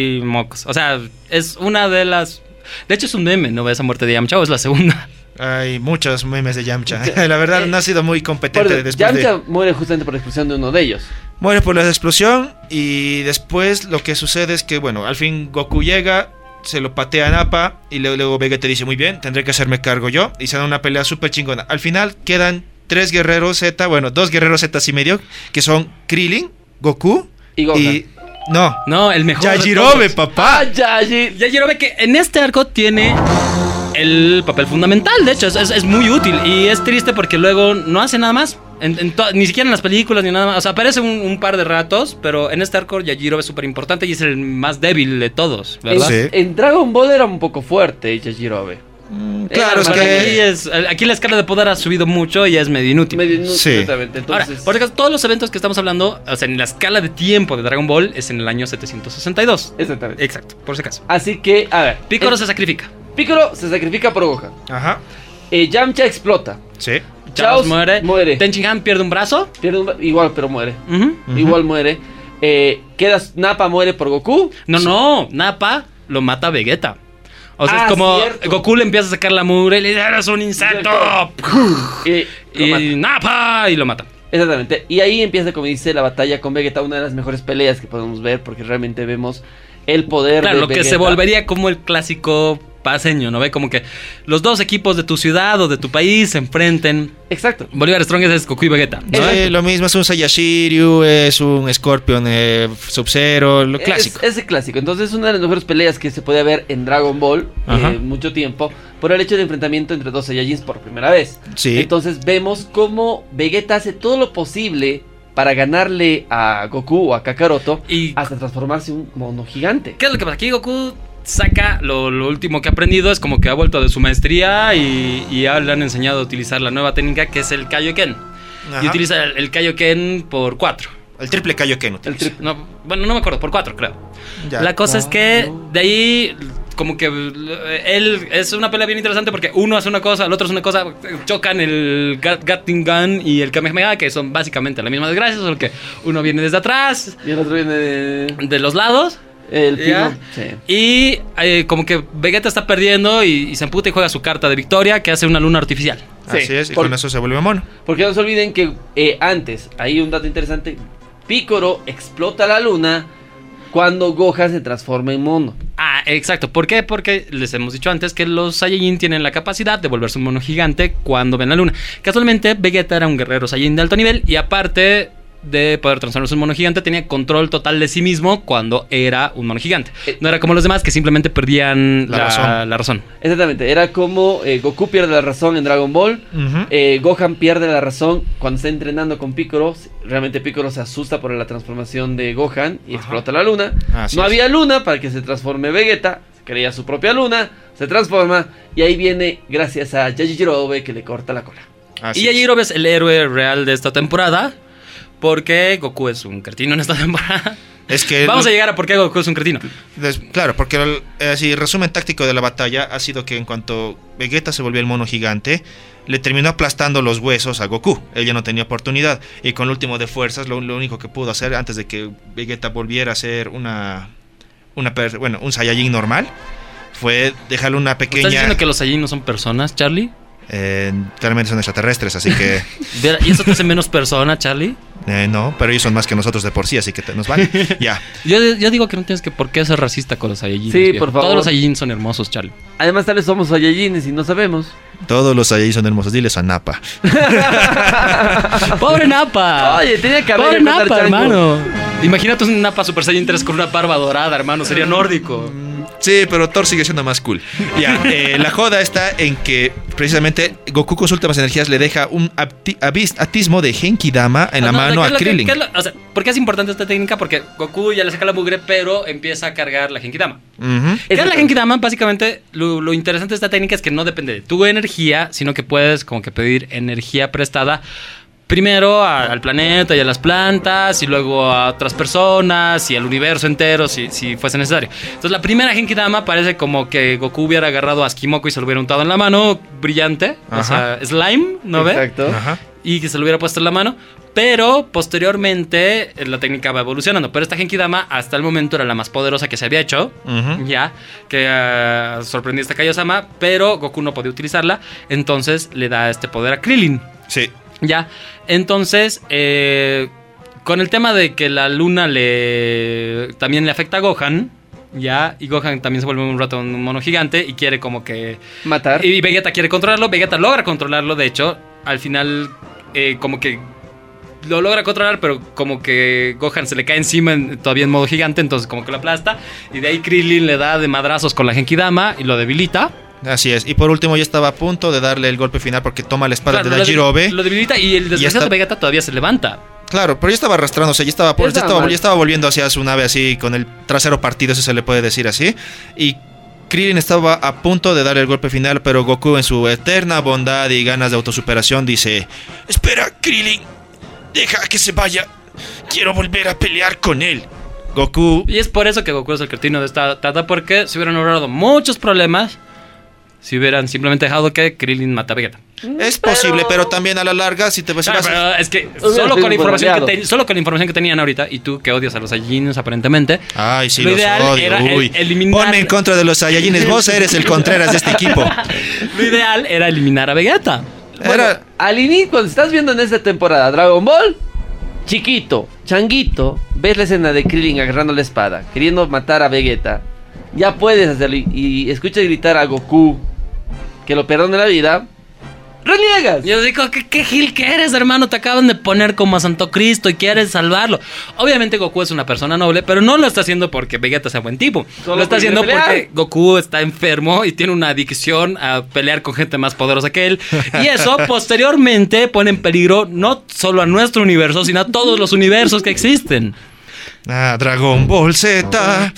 [SPEAKER 2] Y, y-
[SPEAKER 3] mocos. O sea, es una de las... De hecho es un meme, ¿no? Esa muerte de Yamcha o es la segunda.
[SPEAKER 1] Hay muchos memes de Yamcha. La verdad, no ha sido muy
[SPEAKER 2] Eh, por-
[SPEAKER 1] competente después de...
[SPEAKER 2] Yamcha muere justamente por la expulsión de uno de ellos.
[SPEAKER 1] Muere por la explosión y después lo que sucede es que, bueno, al fin Goku llega, se lo patea a Nappa y luego, luego Vegeta dice, muy bien, tendré que hacerme cargo yo y se da una pelea súper chingona. Al final quedan tres guerreros Z, bueno, dos guerreros Z y medio, que son Krillin, Goku
[SPEAKER 2] Y Gohan. Ah,
[SPEAKER 1] No,
[SPEAKER 3] No, el mejor. de
[SPEAKER 1] Yajirobe,
[SPEAKER 3] todos.
[SPEAKER 1] papá.
[SPEAKER 2] Yayi.
[SPEAKER 3] Yajirobe que en este arco tiene el papel fundamental, de hecho, es, es- es muy útil y es triste porque luego no hace nada más. En- en to- ni siquiera en las películas ni nada más. O sea, aparece un, un par de ratos, pero en este arco Yajirobe es súper importante y es el más débil de todos, ¿verdad?
[SPEAKER 1] Sí.
[SPEAKER 2] En Dragon Ball era un poco fuerte Yajirobe.
[SPEAKER 1] Mm,
[SPEAKER 3] Eh,
[SPEAKER 1] Claro, es
[SPEAKER 3] Para
[SPEAKER 1] que-
[SPEAKER 3] mí es- aquí la escala de poder ha subido mucho y es medio inútil.
[SPEAKER 2] Medio
[SPEAKER 1] Sí.
[SPEAKER 2] Exactamente.
[SPEAKER 3] Ahora,
[SPEAKER 2] Entonces,
[SPEAKER 3] por ejemplo, todos los eventos que estamos hablando, o sea, en la escala de tiempo de Dragon Ball es en el año 762.
[SPEAKER 2] exactamente.
[SPEAKER 3] Exacto, por si acaso.
[SPEAKER 2] Así que, a ver.
[SPEAKER 3] eh, Piccolo
[SPEAKER 2] eh,
[SPEAKER 3] se sacrifica.
[SPEAKER 2] Piccolo se sacrifica por Gohan.
[SPEAKER 1] Ajá,
[SPEAKER 2] Eh, Yamcha explota.
[SPEAKER 1] sí.
[SPEAKER 3] Chaos muere.
[SPEAKER 2] muere.
[SPEAKER 3] Tenshinhan pierde un brazo.
[SPEAKER 2] Pierde un- Igual, pero muere.
[SPEAKER 3] Ujú.
[SPEAKER 1] Ujú.
[SPEAKER 2] Igual muere. Eh, quedas Napa muere por Goku.
[SPEAKER 3] No, no, Nappa lo mata a Vegeta. O sea,
[SPEAKER 2] Ah,
[SPEAKER 3] es como
[SPEAKER 2] cierto.
[SPEAKER 3] Goku le empieza a sacar la mugre y le dice, eres un insecto.
[SPEAKER 2] eh, lo mata.
[SPEAKER 3] Y Nappa y lo mata.
[SPEAKER 2] Exactamente. Y ahí empieza, como dice, la batalla con Vegeta, una de las mejores peleas que podemos ver, porque realmente vemos el poder
[SPEAKER 3] Claro,
[SPEAKER 2] de
[SPEAKER 3] lo que se
[SPEAKER 2] Vegeta.
[SPEAKER 3] volvería como el clásico paseño, ¿no? Ve como que los dos equipos de tu ciudad o de tu país se enfrenten.
[SPEAKER 2] Exacto.
[SPEAKER 3] Bolívar Strong es Goku y Vegeta. ¿no?
[SPEAKER 2] Eh.
[SPEAKER 1] Sí, eh, lo mismo es un Sayashiryu, es un Scorpion eh, Sub-Zero, lo clásico.
[SPEAKER 2] Es, es clásico. Entonces es una de las mejores peleas que se podía ver en Dragon Ball
[SPEAKER 1] Ajá.
[SPEAKER 2] eh, mucho tiempo por el hecho del enfrentamiento entre dos Saiyajins por primera vez.
[SPEAKER 1] Sí.
[SPEAKER 2] Entonces vemos cómo Vegeta hace todo lo posible para ganarle a Goku o a Kakaroto
[SPEAKER 3] Y-
[SPEAKER 2] hasta transformarse en un mono gigante.
[SPEAKER 3] ¿Qué es lo que pasa? Aquí Goku saca lo, lo último que ha aprendido, es como que ha vuelto de su maestría y, y ya le han enseñado a utilizar la nueva técnica que es el Kaioken.
[SPEAKER 1] Ajá.
[SPEAKER 3] Y utiliza el, el Kaioken por cuatro.
[SPEAKER 1] El triple Kaioken
[SPEAKER 2] El
[SPEAKER 1] utiliza.
[SPEAKER 2] tri-
[SPEAKER 3] No, bueno, no me acuerdo, por cuatro creo.
[SPEAKER 1] Ya.
[SPEAKER 3] La cosa es que
[SPEAKER 2] Cuatro.
[SPEAKER 3] de ahí como que eh, él es una pelea bien interesante porque uno hace una cosa, el otro hace una cosa, eh, chocan el Gat- Gatling Gun y el Kamehameha que son básicamente la misma desgracia, solo que uno viene desde atrás,
[SPEAKER 2] Y el otro viene de-
[SPEAKER 3] de los lados
[SPEAKER 2] el
[SPEAKER 3] Ya.
[SPEAKER 2] pino. Sí.
[SPEAKER 3] Y eh, como que Vegeta está perdiendo y, y se emputa y juega su carta de victoria que hace una luna artificial.
[SPEAKER 2] Sí,
[SPEAKER 1] Así es, y
[SPEAKER 2] por-
[SPEAKER 1] con eso se vuelve mono.
[SPEAKER 2] Porque no se olviden que eh, antes, hay un dato interesante, Picoro explota la luna cuando Gohan se transforma en mono.
[SPEAKER 3] Ah, exacto. ¿Por qué? Porque les hemos dicho antes que los Saiyajin tienen la capacidad de volverse un mono gigante cuando ven la luna. Casualmente, Vegeta era un guerrero Saiyajin de alto nivel y aparte de poder transformarse en un mono gigante, tenía control total de sí mismo cuando era un mono gigante. No era como los demás que simplemente perdían la,
[SPEAKER 1] Eh. La razón.
[SPEAKER 3] la razón.
[SPEAKER 2] Exactamente, era como eh, Goku pierde la razón en Dragon Ball.
[SPEAKER 1] Ujú.
[SPEAKER 2] eh, Gohan pierde la razón cuando está entrenando con Piccolo. Realmente Piccolo se asusta por la transformación de Gohan y explota la luna.
[SPEAKER 1] Así
[SPEAKER 2] no
[SPEAKER 1] es.
[SPEAKER 2] había luna para que se transforme Vegeta. Creía su propia luna, se transforma y ahí viene gracias a Yajirobe que le corta la cola.
[SPEAKER 1] Así
[SPEAKER 3] y
[SPEAKER 1] es.
[SPEAKER 3] Yajirobe es el héroe real de esta temporada. Porque Goku es un cretino en esta temporada.
[SPEAKER 1] Es que
[SPEAKER 3] Vamos
[SPEAKER 1] lo-
[SPEAKER 3] a llegar a por qué Goku es un cretino.
[SPEAKER 1] Des- claro, porque el, eh, así, resumen táctico de la batalla ha sido que en cuanto Vegeta se volvió el mono gigante, le terminó aplastando los huesos a Goku. Él ya no tenía oportunidad. Y con el último de fuerzas, lo, lo único que pudo hacer antes de que Vegeta volviera a ser una. una per- bueno, un Saiyajin normal, fue dejarle una
[SPEAKER 3] ¿Estás
[SPEAKER 1] pequeña.
[SPEAKER 3] diciendo que los Saiyajin no son personas, Charlie?
[SPEAKER 1] Eh, claramente son extraterrestres, así que.
[SPEAKER 3] Vera, ¿Y eso te hace menos persona, Charlie?
[SPEAKER 1] eh, no, pero ellos son más que nosotros de por sí, así que te- nos van. Ya.
[SPEAKER 3] Yo, yo digo que no tienes que por qué ser racista con los Saiyajin.
[SPEAKER 2] Sí, por favor.
[SPEAKER 3] Todos los Saiyajin son hermosos, Charlie.
[SPEAKER 2] Además, tal vez somos Saiyajines y no sabemos.
[SPEAKER 1] Todos los Saiyajin son hermosos. Diles a Napa.
[SPEAKER 3] ¡Pobre Napa!
[SPEAKER 2] Oye, tenía que
[SPEAKER 3] ¡Pobre
[SPEAKER 2] haber
[SPEAKER 3] Napa, hermano! Imagínate un Napa Super Saiyan 3 con una barba dorada, hermano. Sería nórdico.
[SPEAKER 1] Sí, pero Thor sigue siendo más cool. Ya, eh, la joda está en que precisamente Goku con sus últimas energías le deja un apti- abis- atismo de Genki Dama en la
[SPEAKER 3] No,
[SPEAKER 1] mano
[SPEAKER 3] ¿qué
[SPEAKER 1] a
[SPEAKER 3] es lo que-
[SPEAKER 1] Krillin.
[SPEAKER 3] qué es lo- o sea, ¿Por qué es importante esta técnica? Porque Goku ya le saca la mugre, pero empieza a cargar la Genkidama.
[SPEAKER 1] Ujú.
[SPEAKER 3] ¿Qué es la Genkidama? Básicamente, lo, lo interesante de esta técnica es que no depende de tu energía, sino que puedes como que pedir energía prestada primero a- al planeta y a las plantas, y luego a otras personas y al universo entero, si, si fuese necesario. Entonces, la primera Genkidama parece como que Goku hubiera agarrado a Asquimoco y se lo hubiera untado en la mano, brillante,
[SPEAKER 1] Ajá.
[SPEAKER 3] o sea, slime, ¿no ve?
[SPEAKER 2] Exacto.
[SPEAKER 1] Ajá.
[SPEAKER 3] y que se lo hubiera puesto en la mano. Pero posteriormente eh, la técnica va evolucionando. Pero esta Genkidama hasta el momento era la más poderosa que se había hecho.
[SPEAKER 1] Ujú.
[SPEAKER 3] Ya, que ah, sorprendió a esta Kaiosama, pero Goku no podía utilizarla. Entonces le da este poder a Krillin.
[SPEAKER 1] Sí.
[SPEAKER 3] Ya, entonces, eh, con el tema de que la luna le también le afecta a Gohan. Ya, y Gohan también se vuelve un rato un mono gigante y quiere como que
[SPEAKER 2] Matar.
[SPEAKER 3] y Vegeta quiere controlarlo, Vegeta logra controlarlo, de hecho, al final eh, como que lo logra controlar, pero como que Gohan se le cae encima en- todavía en modo gigante, entonces como que lo aplasta. Y de ahí Krillin le da de madrazos con la Genkidama y lo debilita.
[SPEAKER 1] Así es. Y por último, ya estaba a punto de darle el golpe final porque toma la espada
[SPEAKER 3] Claro,
[SPEAKER 1] de
[SPEAKER 3] lo, debi-
[SPEAKER 1] Dajiro
[SPEAKER 3] lo debilita y el desgraciado
[SPEAKER 1] está-
[SPEAKER 3] Vegeta todavía se levanta.
[SPEAKER 1] Claro, pero ya estaba arrastrándose, ya estaba, por- ya
[SPEAKER 2] Ya estaba
[SPEAKER 1] estaba,
[SPEAKER 2] mal.
[SPEAKER 1] ya estaba volviendo hacia su nave así, con el trasero partido, si se le puede decir así. Y Krillin estaba a punto de dar el golpe final, pero Goku en su eterna bondad y ganas de autosuperación dice, espera, Krillin, deja que se vaya, quiero volver a pelear con él. Goku,
[SPEAKER 3] Y es por eso que Goku es el cretino de esta tata, porque se hubieran ahorrado muchos problemas si hubieran simplemente dejado que Krillin mata a Vegeta.
[SPEAKER 1] es posible, pero también a la larga, si te vas
[SPEAKER 3] Ah, pero es que
[SPEAKER 2] Hubiera
[SPEAKER 3] solo
[SPEAKER 2] sido
[SPEAKER 3] con, la
[SPEAKER 2] un
[SPEAKER 3] información que
[SPEAKER 2] buen aliado.
[SPEAKER 3] ten- solo con la información que tenían ahorita, y tú que odias a los Saiyajins aparentemente,
[SPEAKER 1] Ay, sí,
[SPEAKER 3] Lo
[SPEAKER 1] los
[SPEAKER 3] ideal
[SPEAKER 1] odio,
[SPEAKER 3] era
[SPEAKER 1] uy.
[SPEAKER 3] el- eliminar-
[SPEAKER 1] Ponme en contra de los Saiyajines, vos eres el Contreras de este equipo.
[SPEAKER 3] lo ideal era eliminar a Vegeta.
[SPEAKER 1] Era...
[SPEAKER 2] Al inicio, cuando estás viendo en esta temporada Dragon Ball, chiquito, changuito, ves la escena de Krillin agarrando la espada, queriendo matar a Vegeta. Ya puedes hacerlo y, y escuchas gritar a Goku que lo perdone la vida. ¡Reniegas!
[SPEAKER 3] Yo digo, ¿qué, qué gil que eres, hermano? Te acaban de poner como a Santo Cristo y quieres salvarlo. Obviamente Goku es una persona noble, pero no lo está haciendo porque Vegeta sea buen tipo.
[SPEAKER 2] Solo
[SPEAKER 3] lo está
[SPEAKER 2] porque
[SPEAKER 3] haciendo
[SPEAKER 2] quiere pelear.
[SPEAKER 3] porque Goku está enfermo y tiene una adicción a pelear con gente más poderosa que él. Y eso posteriormente pone en peligro no solo a nuestro universo, sino a todos los universos que existen.
[SPEAKER 1] Ah, Dragon Ball Z.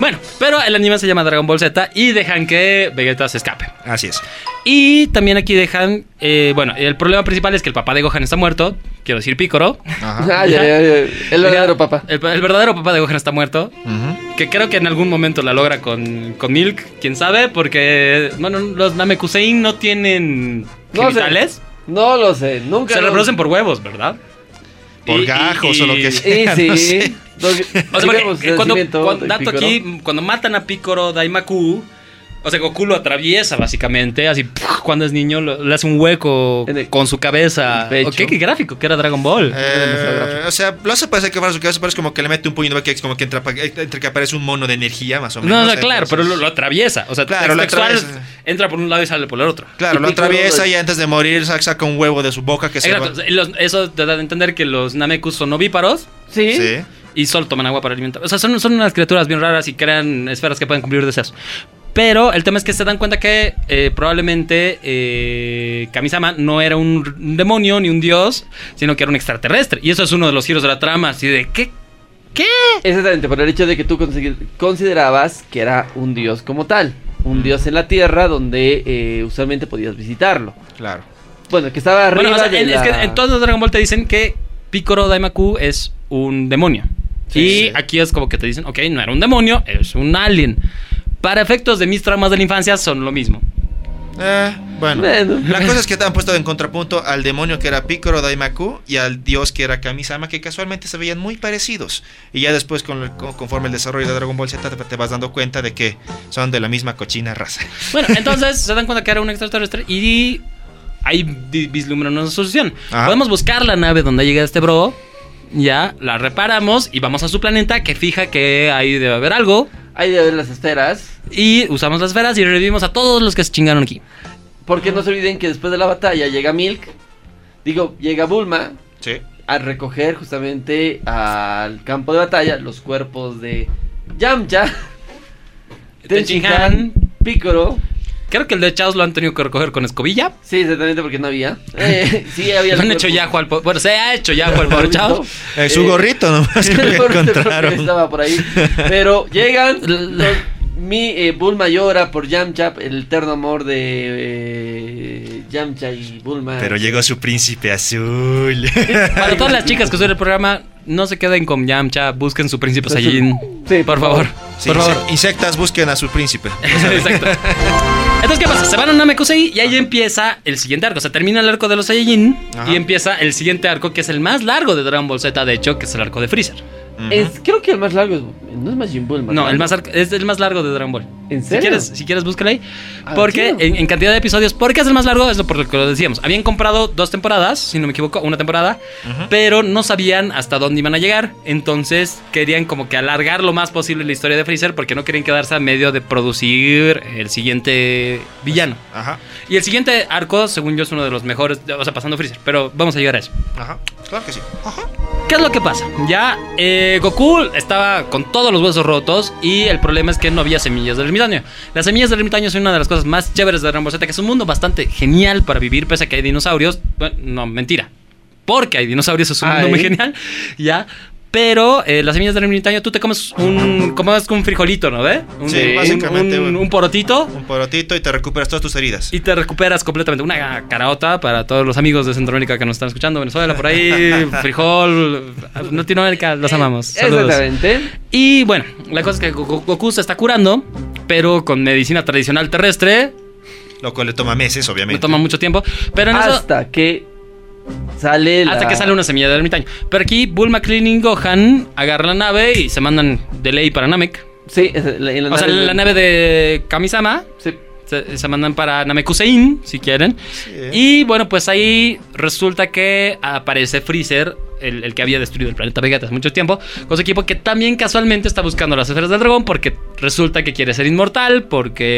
[SPEAKER 3] Bueno, pero el anime se llama Dragon Ball Z y dejan que Vegeta se escape.
[SPEAKER 1] Así es.
[SPEAKER 3] Y también aquí dejan, eh, bueno, el problema principal es que el papá de Gohan está muerto, quiero decir Picoro.
[SPEAKER 1] Ajá.
[SPEAKER 2] Ay, ay, ay, ay. El verdadero papá.
[SPEAKER 3] El, el verdadero papá de Gohan está muerto.
[SPEAKER 1] Ujú.
[SPEAKER 3] Que creo que en algún momento la logra con, con Milk, quién sabe, porque, bueno, los Namekusein no tienen
[SPEAKER 2] No sé.
[SPEAKER 3] genitales.
[SPEAKER 2] No lo sé, nunca.
[SPEAKER 3] Se
[SPEAKER 2] lo-
[SPEAKER 3] reproducen por huevos, ¿verdad?
[SPEAKER 1] Por gajos o lo que sea.
[SPEAKER 2] Y sí.
[SPEAKER 1] No sé.
[SPEAKER 2] Lo que-
[SPEAKER 3] O sea,
[SPEAKER 2] digamos,
[SPEAKER 3] porque eh, cuando,
[SPEAKER 2] nacimiento
[SPEAKER 3] cuando-
[SPEAKER 2] y
[SPEAKER 3] dato
[SPEAKER 2] Piccolo.
[SPEAKER 3] aquí, cuando matan a Picoro Daimaku, o sea, Goku lo atraviesa básicamente, así cuando es niño lo- le hace un hueco
[SPEAKER 2] En el-
[SPEAKER 3] con su cabeza.
[SPEAKER 2] en el
[SPEAKER 3] ¿O
[SPEAKER 2] pecho.
[SPEAKER 3] ¿Qué, qué gráfico? Que era Dragon Ball.
[SPEAKER 1] Eh, o sea, lo hace parecer que va a su cabeza, pero es como que le mete un puño que es como que entra, pa- entre que aparece un mono de energía, más o menos.
[SPEAKER 3] no, no,
[SPEAKER 1] O sea,
[SPEAKER 3] claro, pero
[SPEAKER 1] entonces-
[SPEAKER 3] lo, lo atraviesa. O sea,
[SPEAKER 1] Claro, lo
[SPEAKER 3] textual,
[SPEAKER 1] atraviesa.
[SPEAKER 3] entra por un lado y sale por el otro.
[SPEAKER 1] Claro, lo
[SPEAKER 2] Y Piccolo
[SPEAKER 1] atraviesa
[SPEAKER 2] lo-
[SPEAKER 1] y antes de morir sac- saca un huevo de su boca que se va.
[SPEAKER 3] Exacto. Los- eso te da a entender que los Namekus son ovíparos
[SPEAKER 2] Sí.
[SPEAKER 1] Sí.
[SPEAKER 3] y solo toman agua para alimentar. O sea, son, son unas criaturas bien raras y crean esferas que pueden cumplir deseos. Pero el tema es que se dan cuenta que eh, probablemente eh, Kamisama no era un demonio ni un dios, sino que era un extraterrestre. Y eso es uno de los giros de la trama, así de ¿qué? ¿Qué?
[SPEAKER 2] Exactamente, por el hecho de que tú consi- considerabas que era un dios como tal. Un dios en la tierra donde eh, usualmente podías visitarlo.
[SPEAKER 1] Claro.
[SPEAKER 2] Bueno, que estaba arriba.
[SPEAKER 3] Bueno, o sea,
[SPEAKER 2] de
[SPEAKER 3] en, es
[SPEAKER 2] la-
[SPEAKER 3] que en todos los Dragon Ball te dicen que Piccolo Daimaku es un demonio.
[SPEAKER 1] Sí,
[SPEAKER 3] y
[SPEAKER 1] sí.
[SPEAKER 3] aquí es como que te dicen, ok, no era un demonio, es un alien. Para efectos de mis traumas de la infancia son lo mismo.
[SPEAKER 1] Eh, bueno.
[SPEAKER 2] Bueno.
[SPEAKER 1] La cosa es que te han puesto en contrapunto al demonio que era Piccolo Daimaku y al dios que era Kamisama, que casualmente se veían muy parecidos. Y ya después, con el- con- conforme el desarrollo de Dragon Ball Z, te, te vas dando cuenta de que son de la misma cochina raza.
[SPEAKER 3] Bueno, entonces se dan cuenta que era un extraterrestre y ahí di- vislumbran una solución.
[SPEAKER 1] Ajá.
[SPEAKER 3] Podemos buscar la nave donde llega este bro, ya, la reparamos y vamos a su planeta que fija que ahí debe haber algo.
[SPEAKER 2] Ahí de ver las esferas.
[SPEAKER 3] Y usamos las velas y revivimos a todos los que se chingaron aquí.
[SPEAKER 2] Porque no se olviden que después de la batalla llega Milk. Digo, llega Bulma
[SPEAKER 1] Sí.
[SPEAKER 2] a recoger justamente al campo de batalla los cuerpos de Yamcha,
[SPEAKER 3] Tenshinhan.
[SPEAKER 2] Tenshinhan, Picoro.
[SPEAKER 3] Creo que el de Chaos lo han tenido que recoger con escobilla.
[SPEAKER 2] Sí, exactamente porque no había. Eh, sí, había
[SPEAKER 3] Lo
[SPEAKER 2] los
[SPEAKER 3] han
[SPEAKER 2] cuerpos.
[SPEAKER 3] hecho ya Juan Bueno, se ha hecho ya Juan Pablo Chao.
[SPEAKER 1] Eh, su
[SPEAKER 2] Eh,
[SPEAKER 1] gorrito nomás que
[SPEAKER 2] El gorrito creo que
[SPEAKER 1] encontraron.
[SPEAKER 2] estaba por ahí. Pero llegan. los- mi eh, Bulma llora por Yamcha, el eterno amor de eh, Yamcha y Bulma.
[SPEAKER 1] Pero llegó su príncipe azul.
[SPEAKER 3] Para todas las chicas que suben el programa, no se queden con Yamcha, busquen su príncipe Saiyajin.
[SPEAKER 2] Sí,
[SPEAKER 3] por
[SPEAKER 2] por
[SPEAKER 3] favor.
[SPEAKER 2] favor.
[SPEAKER 1] Sí,
[SPEAKER 3] por favor.
[SPEAKER 1] sí, Insectas busquen a su príncipe.
[SPEAKER 3] Exacto. Entonces, ¿qué pasa? Se van a Namekusei y ahí empieza el siguiente arco. O sea, termina el arco de los Saiyajin
[SPEAKER 1] Ajá.
[SPEAKER 3] y empieza el siguiente arco, que es el más largo de Dragon Ball Z, de hecho, que es el arco de Freezer.
[SPEAKER 1] Ujú.
[SPEAKER 2] Es- creo que el más largo es No es Majin Buu el más
[SPEAKER 3] No,
[SPEAKER 2] largo.
[SPEAKER 3] el más arca- es el más largo de Dragon Ball.
[SPEAKER 2] ¿En
[SPEAKER 3] Si
[SPEAKER 2] serio?
[SPEAKER 3] quieres, si quieres búscalo ahí.
[SPEAKER 2] Ah,
[SPEAKER 3] Porque
[SPEAKER 2] chido.
[SPEAKER 3] en, en cantidad de episodios, porque es el más largo, es lo por lo que lo decíamos. Habían comprado dos temporadas, si no me equivoco, una temporada, pero no sabían hasta dónde iban a llegar. Entonces querían como que alargar lo más posible la historia de Freezer porque no querían quedarse a medio de producir el siguiente villano.
[SPEAKER 1] Ajá,
[SPEAKER 3] Y el siguiente arco, según yo, es uno de los mejores, o sea, pasando Freezer, pero vamos a llegar a eso.
[SPEAKER 1] ajá. Claro que sí.
[SPEAKER 3] ¿Qué es lo que pasa? Ya eh, Goku estaba con todos los huesos rotos y el problema es que no había semillas del ermitaño. Las semillas del ermitaño son una de las cosas más chéveres de Dragon Ball Z, que es un mundo bastante genial para vivir pese a que hay dinosaurios. Bueno, no, mentira. Porque hay dinosaurios, es un mundo
[SPEAKER 2] Ay.
[SPEAKER 3] muy genial. Ya. Pero eh, las semillas del ermitaño, tú te comes un, comes un frijolito, ¿no ve? Un,
[SPEAKER 1] Sí,
[SPEAKER 3] un-
[SPEAKER 1] básicamente,
[SPEAKER 3] un-
[SPEAKER 1] bueno.
[SPEAKER 3] un porotito
[SPEAKER 1] Un porotito y te recuperas todas tus heridas.
[SPEAKER 3] Oh. y te recuperas completamente. Una caraota para todos los amigos de Centroamérica que nos están escuchando. Venezuela, por ahí, frijol, Latinoamérica, los amamos. Saludos.
[SPEAKER 2] Eh, Exactamente.
[SPEAKER 3] Y bueno, la cosa es que Go- Go- Goku se está curando, pero con medicina tradicional terrestre.
[SPEAKER 1] Lo cual le toma meses,
[SPEAKER 3] No
[SPEAKER 1] obviamente.
[SPEAKER 3] toma mucho tiempo. Pero en eso,
[SPEAKER 2] Hasta que sale la...
[SPEAKER 3] hasta que sale una semilla del ermitaño. Pero aquí Bulma, Krillin y Gohan agarran la nave y se mandan de ley para Namek.
[SPEAKER 2] Sí, es la- en la
[SPEAKER 3] O sea,
[SPEAKER 2] nave-
[SPEAKER 3] la nave de Kamisama
[SPEAKER 2] Sí.
[SPEAKER 3] se, se mandan para Namekusein, si quieren. Y bueno, pues ahí resulta que aparece Freezer, el, el que había destruido el planeta Vegeta hace mucho tiempo, con su equipo que también casualmente está buscando las esferas del dragón porque resulta que quiere ser inmortal,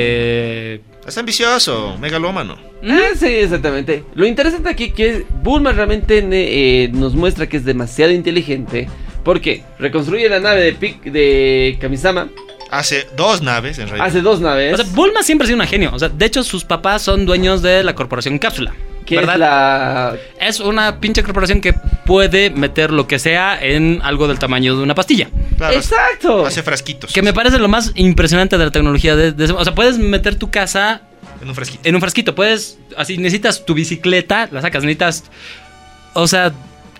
[SPEAKER 3] porque...
[SPEAKER 1] Es ambicioso, megalómano.
[SPEAKER 2] Ah, sí, exactamente. Lo interesante aquí que es Bulma realmente ne- eh, nos muestra que es demasiado inteligente porque reconstruye la nave de Pic- de Kamisama,
[SPEAKER 1] Hace dos naves, en realidad.
[SPEAKER 2] hace dos naves,
[SPEAKER 3] O sea, Bulma siempre ha sido una genio. O sea, de hecho sus papás son dueños de la corporación Cápsula.
[SPEAKER 2] que
[SPEAKER 3] ¿verdad?
[SPEAKER 2] es la
[SPEAKER 3] Es una pinche corporación que puede meter lo que sea en algo del tamaño de una pastilla.
[SPEAKER 1] Claro,
[SPEAKER 2] Exacto.
[SPEAKER 1] Hace frasquitos.
[SPEAKER 3] Que me parece lo más impresionante de la tecnología. de- de- o sea, puedes meter tu casa
[SPEAKER 1] En un frasquito.
[SPEAKER 3] en un frasquito. Puedes, así, necesitas tu bicicleta, la sacas, necesitas. O sea,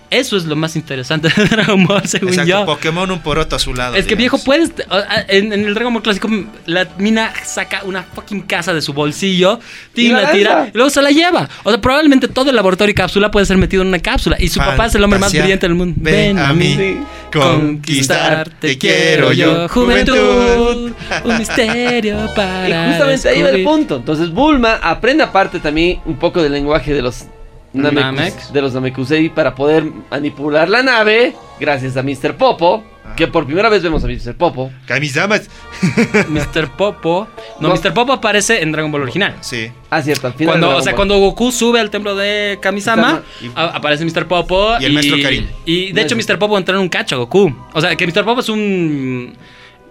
[SPEAKER 3] eso es lo más interesante de Dragon Ball, según
[SPEAKER 1] Exacto,
[SPEAKER 3] yo.
[SPEAKER 1] Pokémon un poroto a su lado.
[SPEAKER 3] Es que viejo,
[SPEAKER 1] digamos.
[SPEAKER 3] puedes. o- a- En, en el Dragon Ball clásico, la mina saca una fucking casa de su bolsillo, tin,
[SPEAKER 2] Y la
[SPEAKER 3] la tira,
[SPEAKER 2] lanza.
[SPEAKER 3] y luego se la lleva. O sea, probablemente todo el laboratorio y cápsula puede ser metido en una cápsula. Y su papá es el hombre más
[SPEAKER 1] Fantasía,
[SPEAKER 3] brillante del mundo.
[SPEAKER 1] ven a mí.
[SPEAKER 2] Sí.
[SPEAKER 1] Conquistar, te quiero yo.
[SPEAKER 3] Juventud, un misterio
[SPEAKER 2] Y
[SPEAKER 3] para.
[SPEAKER 2] justamente ahí va el
[SPEAKER 3] descubrir.
[SPEAKER 2] punto. Entonces Bulma aprende aparte también un poco del lenguaje de los Namekus-
[SPEAKER 3] Namek.
[SPEAKER 2] de los Namekusei para poder manipular la nave gracias a Mr. Popo,
[SPEAKER 1] Ajá.
[SPEAKER 2] que por primera vez vemos a Mr. Popo.
[SPEAKER 1] Kamisamas.
[SPEAKER 3] Mr. Popo. No,
[SPEAKER 2] No.
[SPEAKER 3] Mr. Popo aparece en Dragon Ball original.
[SPEAKER 1] Sí.
[SPEAKER 2] Ah, cierto, al final
[SPEAKER 3] Cuando,
[SPEAKER 2] de
[SPEAKER 3] o sea,
[SPEAKER 2] Dragon
[SPEAKER 3] cuando Goku sube al templo de Kamisama,
[SPEAKER 1] Kamisama.
[SPEAKER 3] a- aparece Mr. Popo.
[SPEAKER 1] Y el maestro Karin.
[SPEAKER 3] Y de hecho, Mr. Popo entra en un cacho a Goku. O sea, que Mr. Popo es un.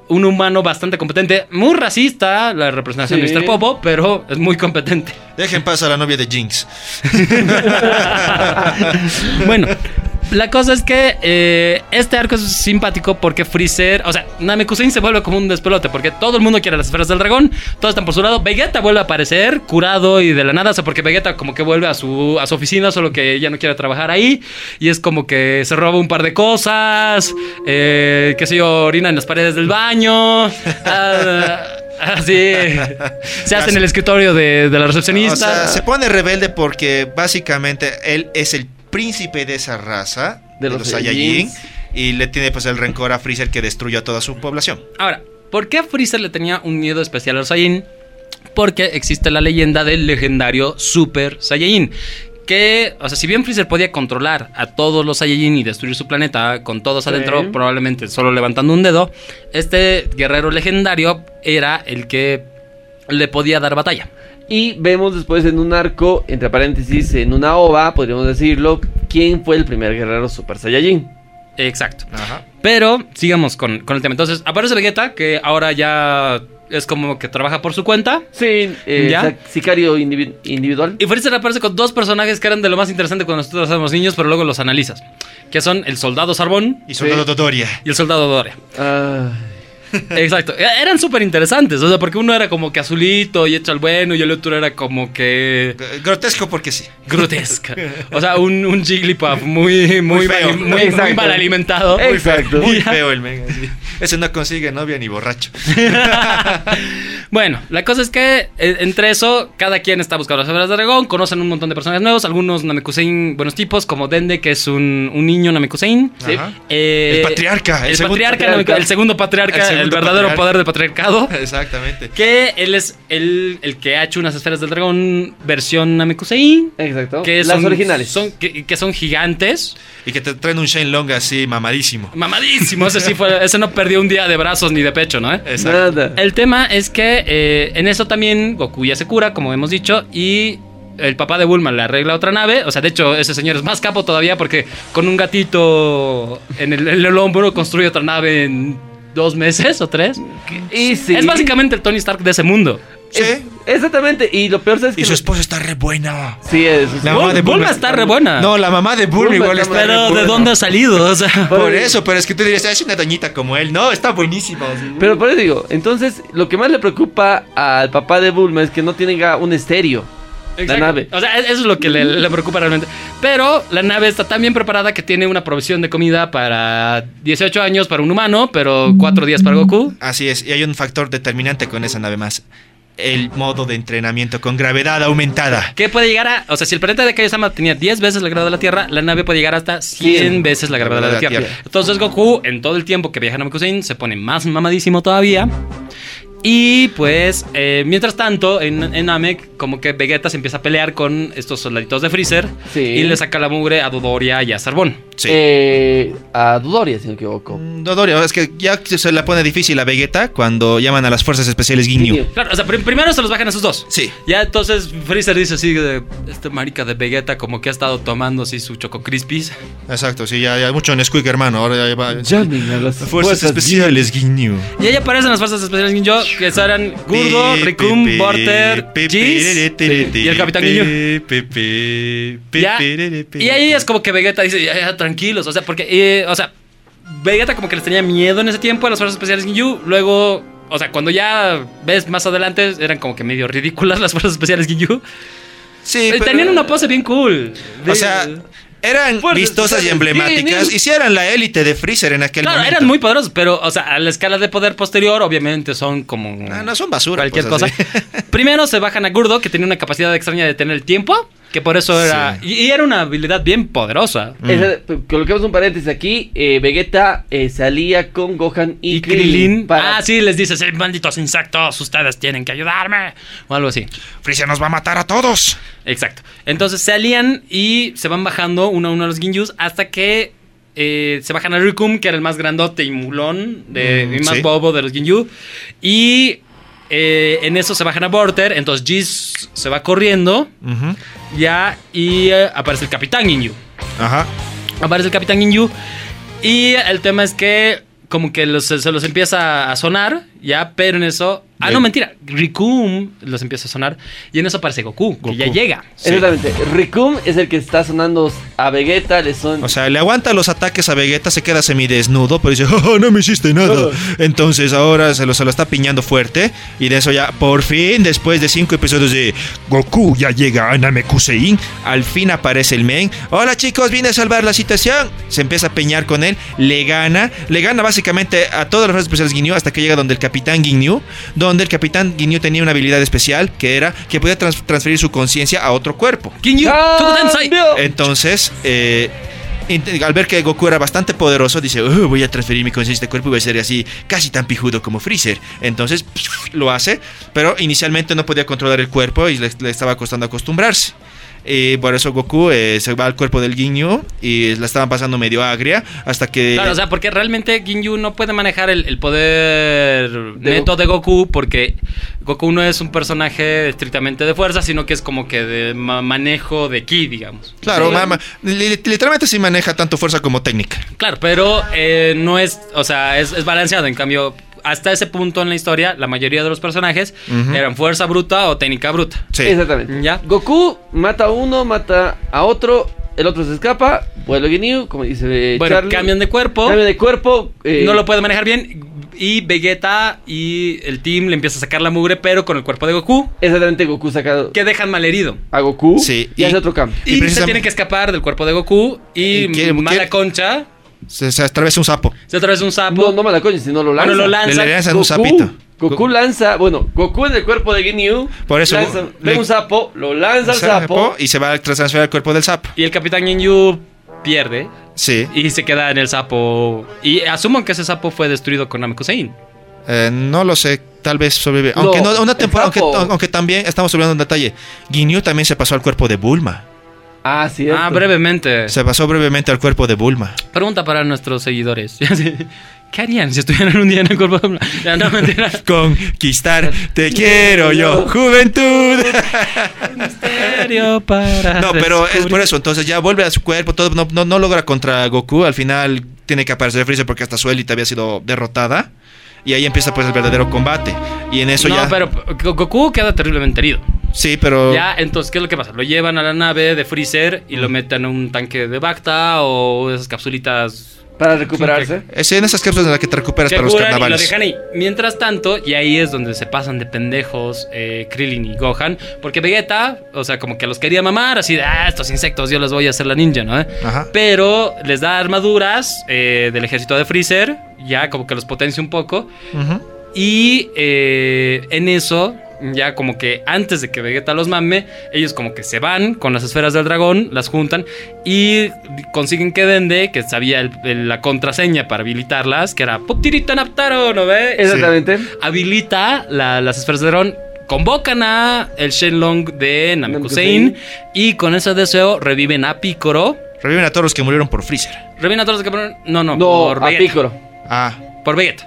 [SPEAKER 3] Un humano bastante competente, muy racista la representación
[SPEAKER 2] Sí.
[SPEAKER 3] de Mr. Popo, pero es muy competente.
[SPEAKER 1] Dejen pasar a la novia de Jinx.
[SPEAKER 3] bueno, la cosa es que eh, este arco es simpático porque Freezer, o sea, Namekusein se vuelve como un despelote porque todo el mundo quiere las esferas del dragón, todos están por su lado, Vegeta vuelve a aparecer curado y de la nada, o sea, porque Vegeta como que vuelve a su, a su oficina, solo que ya no quiere trabajar ahí y es como que se roba un par de cosas, eh, qué sé yo, orina en las paredes del baño, ah, así, se hace en el escritorio de, de la recepcionista.
[SPEAKER 1] O sea, se pone rebelde porque básicamente él es el príncipe de esa raza,
[SPEAKER 2] De
[SPEAKER 1] de,
[SPEAKER 2] los
[SPEAKER 1] los, Saiyajin,
[SPEAKER 2] Saiyajins.
[SPEAKER 1] y le tiene pues el rencor a Freezer que destruyó a toda su población.
[SPEAKER 3] Ahora, ¿por qué a Freezer le tenía un miedo especial a los Saiyajin? Porque existe la leyenda del legendario Super Saiyajin. Que, o sea, si bien Freezer podía controlar a todos los Saiyajin y destruir su planeta con todos
[SPEAKER 2] Sí.
[SPEAKER 3] adentro, probablemente solo levantando un dedo, este guerrero legendario era el que le podía dar batalla.
[SPEAKER 2] Y vemos después en un arco, entre paréntesis, en una ova, podríamos decirlo, quién fue el primer guerrero Super Saiyajin.
[SPEAKER 3] Exacto.
[SPEAKER 1] Ajá.
[SPEAKER 3] Pero sigamos con, con el tema. Entonces, aparece Vegeta, que ahora ya es como que trabaja por su cuenta.
[SPEAKER 2] Sí, eh,
[SPEAKER 3] ¿Ya?
[SPEAKER 2] sa- sicario indivi- individual.
[SPEAKER 3] Y Freezer aparece con dos personajes que eran de lo más interesante cuando nosotros éramos niños, pero luego los analizas. Que son el soldado Sarbón
[SPEAKER 1] Y soldado Dodoria.
[SPEAKER 3] y el soldado Doria.
[SPEAKER 2] Ah,
[SPEAKER 3] Exacto. E- Eran súper interesantes, o sea, porque uno era como que azulito y hecho al bueno y el otro era como que
[SPEAKER 1] G- Grotesco porque sí.
[SPEAKER 3] grotesca. O sea, un, un Jigglypuff muy, muy,
[SPEAKER 1] Muy
[SPEAKER 3] mal,
[SPEAKER 1] feo.
[SPEAKER 3] muy- muy
[SPEAKER 2] Exacto.
[SPEAKER 3] mal alimentado.
[SPEAKER 2] Exacto.
[SPEAKER 1] Muy
[SPEAKER 3] Ya.
[SPEAKER 1] feo el mega. sí. Ese no consigue novia ni borracho.
[SPEAKER 3] Bueno, la cosa es que eh, entre eso, cada quien está buscando las obras de Aragón, conocen un montón de personajes nuevos, algunos Namekusein buenos tipos, como Dende, que es un, un niño Namekusein.
[SPEAKER 2] Sí.
[SPEAKER 1] Ajá.
[SPEAKER 3] Eh,
[SPEAKER 1] El patriarca, el
[SPEAKER 3] El,
[SPEAKER 1] segundo
[SPEAKER 3] patriarca,
[SPEAKER 2] patriarca.
[SPEAKER 3] Namekusein, el segundo patriarca,
[SPEAKER 1] El
[SPEAKER 3] el,
[SPEAKER 1] segundo
[SPEAKER 3] verdadero
[SPEAKER 1] patriarca.
[SPEAKER 3] poder del patriarcado.
[SPEAKER 1] Exactamente.
[SPEAKER 3] Que él es el, el que ha hecho unas esferas del dragón versión Namekusein.
[SPEAKER 2] Exacto.
[SPEAKER 3] Que
[SPEAKER 2] Las
[SPEAKER 3] son-
[SPEAKER 2] originales.
[SPEAKER 3] Son, que, que son gigantes.
[SPEAKER 1] Y que te traen un Shane Long así mamadísimo.
[SPEAKER 3] Mamadísimo. Ese sí fue. Ese no perdió un día de brazos ni de pecho, ¿no? eh?
[SPEAKER 1] Exacto.
[SPEAKER 2] Nada.
[SPEAKER 3] El tema es que eh, en eso también Goku ya se cura, como hemos dicho, y el papá de Bulma le arregla otra nave. O sea, de hecho, ese señor es más capo todavía porque con un gatito en el, en el hombro construye otra nave en dos meses o tres.
[SPEAKER 2] Y sí.
[SPEAKER 3] Es básicamente el Tony Stark de ese mundo.
[SPEAKER 2] Es-
[SPEAKER 1] Sí.
[SPEAKER 2] exactamente. Y lo peor es que.
[SPEAKER 1] Y su
[SPEAKER 2] lo-
[SPEAKER 1] esposa está re buena.
[SPEAKER 2] Sí, es.
[SPEAKER 1] La
[SPEAKER 3] Bul-
[SPEAKER 1] mamá de Bulma.
[SPEAKER 3] Bulma está re buena.
[SPEAKER 1] No, la mamá de Bulma
[SPEAKER 2] Bulma
[SPEAKER 1] igual
[SPEAKER 2] está
[SPEAKER 1] está. re
[SPEAKER 2] re
[SPEAKER 3] pero ¿de
[SPEAKER 1] buena.
[SPEAKER 3] dónde ha salido? O sea,
[SPEAKER 1] Por eso, pero es que tú dirías, "Ah, es una doñita como él. No, está buenísima. así.
[SPEAKER 2] Pero por eso digo, entonces lo que más le preocupa al papá de Bulma es que no tenga un estéreo.
[SPEAKER 3] Exacto.
[SPEAKER 2] nave.
[SPEAKER 3] O sea, eso es lo que le, le preocupa realmente. Pero la nave está tan bien preparada que tiene una provisión de comida para 18 años para un humano, pero 4 días para Goku.
[SPEAKER 1] Así es, y hay un factor determinante con esa nave más. El modo de entrenamiento con gravedad aumentada.
[SPEAKER 3] Que puede llegar a. O sea, si el planeta de Kaiosama tenía 10 veces la gravedad de la Tierra, la nave puede llegar hasta 100
[SPEAKER 2] Cien.
[SPEAKER 3] veces la gravedad de la Tierra. Entonces Goku, en todo el tiempo que viaja a Namekusein, se pone más mamadísimo todavía. Y pues, eh, mientras tanto, en, en Namek, como que Vegeta se empieza a pelear con estos soldaditos de Freezer
[SPEAKER 2] Sí.
[SPEAKER 3] y le saca la mugre a Dodoria y a Sarbón.
[SPEAKER 1] Sí.
[SPEAKER 2] Eh, a Dodoria, si no me equivoco.
[SPEAKER 1] Mm, Dodoria, es que ya se la pone difícil a Vegeta cuando llaman a las fuerzas especiales Ginyu.
[SPEAKER 2] Ginyu.
[SPEAKER 3] Claro, o sea, prim- primero se los bajan a esos dos.
[SPEAKER 1] Sí.
[SPEAKER 3] Ya entonces Freezer dice así, de, este marica de Vegeta como que ha estado tomando así su Choco Crispies.
[SPEAKER 1] Exacto, sí, ya, ya mucho en Squeak, hermano. Ahora ya va.
[SPEAKER 2] Llamen a las
[SPEAKER 1] Fuerzas, especiales Ginyu.
[SPEAKER 3] Y ahí aparecen las fuerzas especiales Ginjo, que eran Gurgo,
[SPEAKER 1] Pi, pi,
[SPEAKER 3] Ricum,
[SPEAKER 1] pi,
[SPEAKER 3] Borter,
[SPEAKER 1] pi,
[SPEAKER 3] Jis
[SPEAKER 1] pi, pi, pi,
[SPEAKER 3] y el Capitán
[SPEAKER 1] pi,
[SPEAKER 3] Ginjo.
[SPEAKER 1] pi, pi, pi,
[SPEAKER 3] Ya,
[SPEAKER 1] pi, pi,
[SPEAKER 3] Y ahí es como que Vegeta dice, ya, ya, tranquilos, o sea, porque, eh, o sea, Vegeta como que les tenía miedo en ese tiempo a las fuerzas especiales Ginyu, luego... O sea, cuando ya ves más adelante, eran como que medio ridículas las fuerzas especiales Ginyu.
[SPEAKER 1] Sí, pero-
[SPEAKER 3] eh, Tenían una pose bien cool.
[SPEAKER 1] O sea, eran
[SPEAKER 3] Fuerzas
[SPEAKER 1] vistosas y
[SPEAKER 3] especiales
[SPEAKER 1] emblemáticas.
[SPEAKER 3] Ginyu.
[SPEAKER 1] Y sí eran la élite de Freezer en aquel
[SPEAKER 3] Claro,
[SPEAKER 1] momento.
[SPEAKER 3] eran muy poderosos, pero, o sea, a la escala de poder posterior, obviamente son como.
[SPEAKER 1] Ah, no, son basura.
[SPEAKER 3] cualquier
[SPEAKER 1] pues,
[SPEAKER 3] cosa.
[SPEAKER 1] así.
[SPEAKER 3] Primero se bajan a Gurdo, que tenía una capacidad extraña de tener el tiempo, que por eso era.
[SPEAKER 1] Sí.
[SPEAKER 3] Y, y era una habilidad bien poderosa.
[SPEAKER 2] Esa- Coloquemos un paréntesis aquí. eh, Vegeta eh, salía con Gohan y,
[SPEAKER 3] Y Krillin.
[SPEAKER 2] para-
[SPEAKER 3] Ah, sí, les dices, "Eh, malditos insectos, ustedes tienen que ayudarme. O algo así.
[SPEAKER 1] Freezer nos va a matar a todos.
[SPEAKER 3] Exacto. Entonces se alían y se van bajando uno a uno los Ginjus hasta que eh, se bajan a Rikum, que era el más grandote y mulón de,
[SPEAKER 1] Mm,
[SPEAKER 3] y más
[SPEAKER 1] sí.
[SPEAKER 3] bobo de los Ginyu. Y eh, en eso se bajan a Borter. Entonces Jis se va corriendo
[SPEAKER 1] Ujú.
[SPEAKER 3] ya y eh, aparece el Capitán Ginyu.
[SPEAKER 1] Ajá.
[SPEAKER 3] Aparece el Capitán Ginyu. Y el tema es que como que los- se los empieza a sonar ya, pero en eso... Ah,
[SPEAKER 1] Bien.
[SPEAKER 3] no, mentira. Rikum los empieza a sonar y en eso aparece Goku, que ya
[SPEAKER 1] Goku.
[SPEAKER 3] llega.
[SPEAKER 1] Sí.
[SPEAKER 2] Exactamente. Ricum es el que está sonando a Vegeta, le son.
[SPEAKER 1] O sea, le aguanta los ataques a Vegeta, se queda semidesnudo, pero dice, "Oh, no me hiciste nada. Entonces ahora se lo, se lo está piñando fuerte. Y de eso ya, por fin, después de cinco episodios de Goku ya llega a Namekusein, al fin aparece el men. Hola chicos, vine a salvar la situación. Se empieza a peñar con él, le gana, le gana básicamente a todas las fuerzas especiales Ginyu hasta que llega donde el capitán Ginyu, donde el capitán Ginyu tenía una habilidad especial que era que podía trans- transferir su conciencia a otro cuerpo.
[SPEAKER 3] Ginyu, Tokudensai.
[SPEAKER 2] ¡Cambio!
[SPEAKER 1] Entonces, eh, int- al ver que Goku era bastante poderoso, dice, "Uh, voy a transferir mi conciencia de cuerpo y voy a ser así, casi tan pijudo como Freezer. Entonces, lo hace, pero inicialmente no podía controlar el cuerpo y le, le estaba costando acostumbrarse. Y por eso Goku eh, se va al cuerpo del Ginyu y la estaban pasando medio agria hasta que...
[SPEAKER 3] Claro, o sea, porque realmente Ginyu no puede manejar el, el poder
[SPEAKER 2] De
[SPEAKER 3] neto de Goku porque Goku no es un personaje estrictamente de fuerza, sino que es como que de ma- manejo de ki, digamos.
[SPEAKER 1] Claro,
[SPEAKER 2] Sí.
[SPEAKER 1] mama, li- literalmente sí maneja tanto fuerza como técnica.
[SPEAKER 3] Claro, pero eh, no es, o sea, es, es balanceado. En cambio, hasta ese punto en la historia, la mayoría de los personajes
[SPEAKER 1] Ujú.
[SPEAKER 3] eran fuerza bruta o técnica bruta.
[SPEAKER 1] Sí.
[SPEAKER 2] Exactamente.
[SPEAKER 3] Ya.
[SPEAKER 2] Goku mata a uno, mata a otro, el otro se escapa, vuelve Ginyu, como dice eh,
[SPEAKER 3] Bueno,
[SPEAKER 2] Charlie.
[SPEAKER 3] cambian de cuerpo.
[SPEAKER 2] Cambia de cuerpo. eh,
[SPEAKER 3] no lo puede manejar bien. Y Vegeta y el team le empieza a sacar la mugre, pero con el cuerpo de Goku,
[SPEAKER 2] Exactamente, Goku saca
[SPEAKER 3] que dejan malherido.
[SPEAKER 2] a Goku
[SPEAKER 1] Sí,
[SPEAKER 2] y,
[SPEAKER 1] y-
[SPEAKER 2] hace otro cambio.
[SPEAKER 1] Y
[SPEAKER 3] Y, se
[SPEAKER 1] precisam-
[SPEAKER 3] tiene que escapar del cuerpo de Goku. Y,
[SPEAKER 1] ¿Y qué-
[SPEAKER 3] mala
[SPEAKER 1] qué-
[SPEAKER 3] concha.
[SPEAKER 1] Se, se atraviesa un sapo.
[SPEAKER 3] Se atraviesa un sapo.
[SPEAKER 2] No, no me la coño, si no lo lanza.
[SPEAKER 3] Ah, Bueno, lo lanza.
[SPEAKER 1] Le lanzan un
[SPEAKER 2] Goku.
[SPEAKER 1] sapito.
[SPEAKER 2] Goku lanza, bueno, Goku en el cuerpo de Ginyu.
[SPEAKER 1] Por eso
[SPEAKER 2] lanza-
[SPEAKER 1] Go-
[SPEAKER 2] ve
[SPEAKER 1] le-
[SPEAKER 2] un sapo, lo lanza al
[SPEAKER 1] Sapo,
[SPEAKER 2] sapo.
[SPEAKER 1] Y se va a transferir al cuerpo del sapo.
[SPEAKER 3] Y el Capitán Ginyu pierde
[SPEAKER 1] Sí.
[SPEAKER 3] y se queda en el sapo. Y asumo que ese sapo fue destruido con Namekusein.
[SPEAKER 1] Eh, no lo sé, tal vez sobrevive. Aunque,
[SPEAKER 2] No,
[SPEAKER 1] no, una
[SPEAKER 2] el
[SPEAKER 1] temporada, aunque,
[SPEAKER 2] sapo.
[SPEAKER 1] aunque también estamos olvidando un detalle. Ginyu también se pasó al cuerpo de Bulma.
[SPEAKER 2] Ah, sí.
[SPEAKER 3] Ah, brevemente.
[SPEAKER 1] Se pasó brevemente al cuerpo de Bulma.
[SPEAKER 3] Pregunta para nuestros seguidores. ¿Qué harían si estuvieran un día en el cuerpo de Bla- Ya, No, mentira.
[SPEAKER 1] Conquistar, te quiero yo, juventud.
[SPEAKER 3] Misterio para
[SPEAKER 1] No, pero es
[SPEAKER 3] descubrir.
[SPEAKER 1] por eso. Entonces ya vuelve a su cuerpo, todo no, no, no logra contra Goku. Al final tiene que aparecer Freezer porque hasta su élite había sido derrotada. Y ahí empieza pues el verdadero combate. Y en eso
[SPEAKER 3] no,
[SPEAKER 1] ya. Oh.
[SPEAKER 3] pero Go- Goku queda terriblemente herido.
[SPEAKER 1] Sí, pero.
[SPEAKER 3] Ya, entonces, ¿qué es lo que pasa? Lo llevan a la nave de Freezer y
[SPEAKER 1] Mm.
[SPEAKER 3] lo meten a un tanque de Bacta o esas capsulitas
[SPEAKER 2] Para recuperarse.
[SPEAKER 1] Es en esas cápsulas en las que te recuperas
[SPEAKER 3] que
[SPEAKER 1] para los
[SPEAKER 3] curan y lo
[SPEAKER 1] carnavales.
[SPEAKER 3] dejan ahí. Mientras tanto, y ahí es donde se pasan de pendejos eh, Krillin y Gohan, porque Vegeta, o sea, como que los quería mamar, así de, ah, estos insectos yo los voy a hacer la ninja, ¿no? eh?"
[SPEAKER 1] Ajá.
[SPEAKER 3] Pero les da armaduras eh, del ejército de Freezer, ya como que los potencia un poco.
[SPEAKER 1] Ujú.
[SPEAKER 3] Y eh, en eso, ya como que antes de que Vegeta los mame, ellos como que se van con las esferas del dragón, las juntan y consiguen que Dende, que sabía el- el- la contraseña para habilitarlas, que era Poptiritan Aptaro, ¿no ves?
[SPEAKER 2] Exactamente.
[SPEAKER 3] Habilita la- las esferas del dragón. Convocan a el Shenlong de Namekusein y con ese deseo reviven a Picoro.
[SPEAKER 1] Reviven a todos los que murieron por Freezer.
[SPEAKER 3] Reviven a todos los que fueron- No,
[SPEAKER 2] No,
[SPEAKER 3] no, por
[SPEAKER 2] a
[SPEAKER 3] Vegeta.
[SPEAKER 2] Picoro.
[SPEAKER 1] Ah,
[SPEAKER 3] Por Vegeta.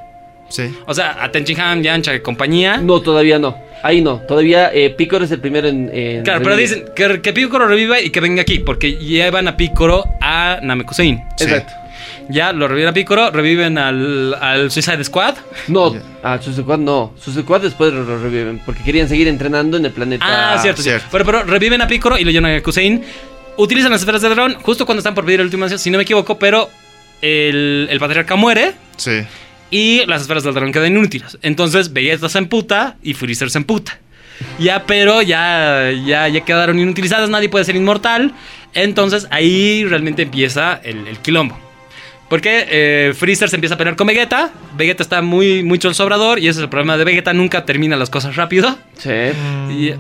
[SPEAKER 1] sí.
[SPEAKER 3] O sea, a Tenchihan, Yancha y compañía.
[SPEAKER 2] No, todavía no. Ahí no. Todavía eh, Picoro es el primero en. en
[SPEAKER 3] Claro, pero
[SPEAKER 2] revivir.
[SPEAKER 3] dicen que, que Piccolo reviva y que venga aquí, porque llevan a Piccolo a Namekusein.
[SPEAKER 1] Sí.
[SPEAKER 2] Exacto.
[SPEAKER 3] Ya lo reviven a Piccolo, reviven al, al Suicide Squad.
[SPEAKER 2] No,
[SPEAKER 1] Ya.
[SPEAKER 2] a Suicide Squad no. Suicide Squad después lo reviven. Porque querían seguir entrenando en el planeta.
[SPEAKER 3] Ah, cierto,
[SPEAKER 1] cierto.
[SPEAKER 3] cierto. Pero, pero reviven a Piccolo y lo llevan a Namekusein. Utilizan las esferas de dragón justo cuando están por pedir el último deseo, si no me equivoco, pero el, el patriarca muere
[SPEAKER 1] Sí.
[SPEAKER 3] y las esferas del dragón quedan inútiles. Entonces Vegeta se emputa y Freezer se emputa. Ya, pero ya, ya, ya quedaron inutilizadas, nadie puede ser inmortal. Entonces ahí realmente empieza el, el quilombo. Porque eh, Freezer se empieza a pelear con Vegeta. Vegeta está muy mucho el sobrador y ese es el problema de Vegeta, nunca termina las cosas rápido.
[SPEAKER 2] Sí.
[SPEAKER 3] Y,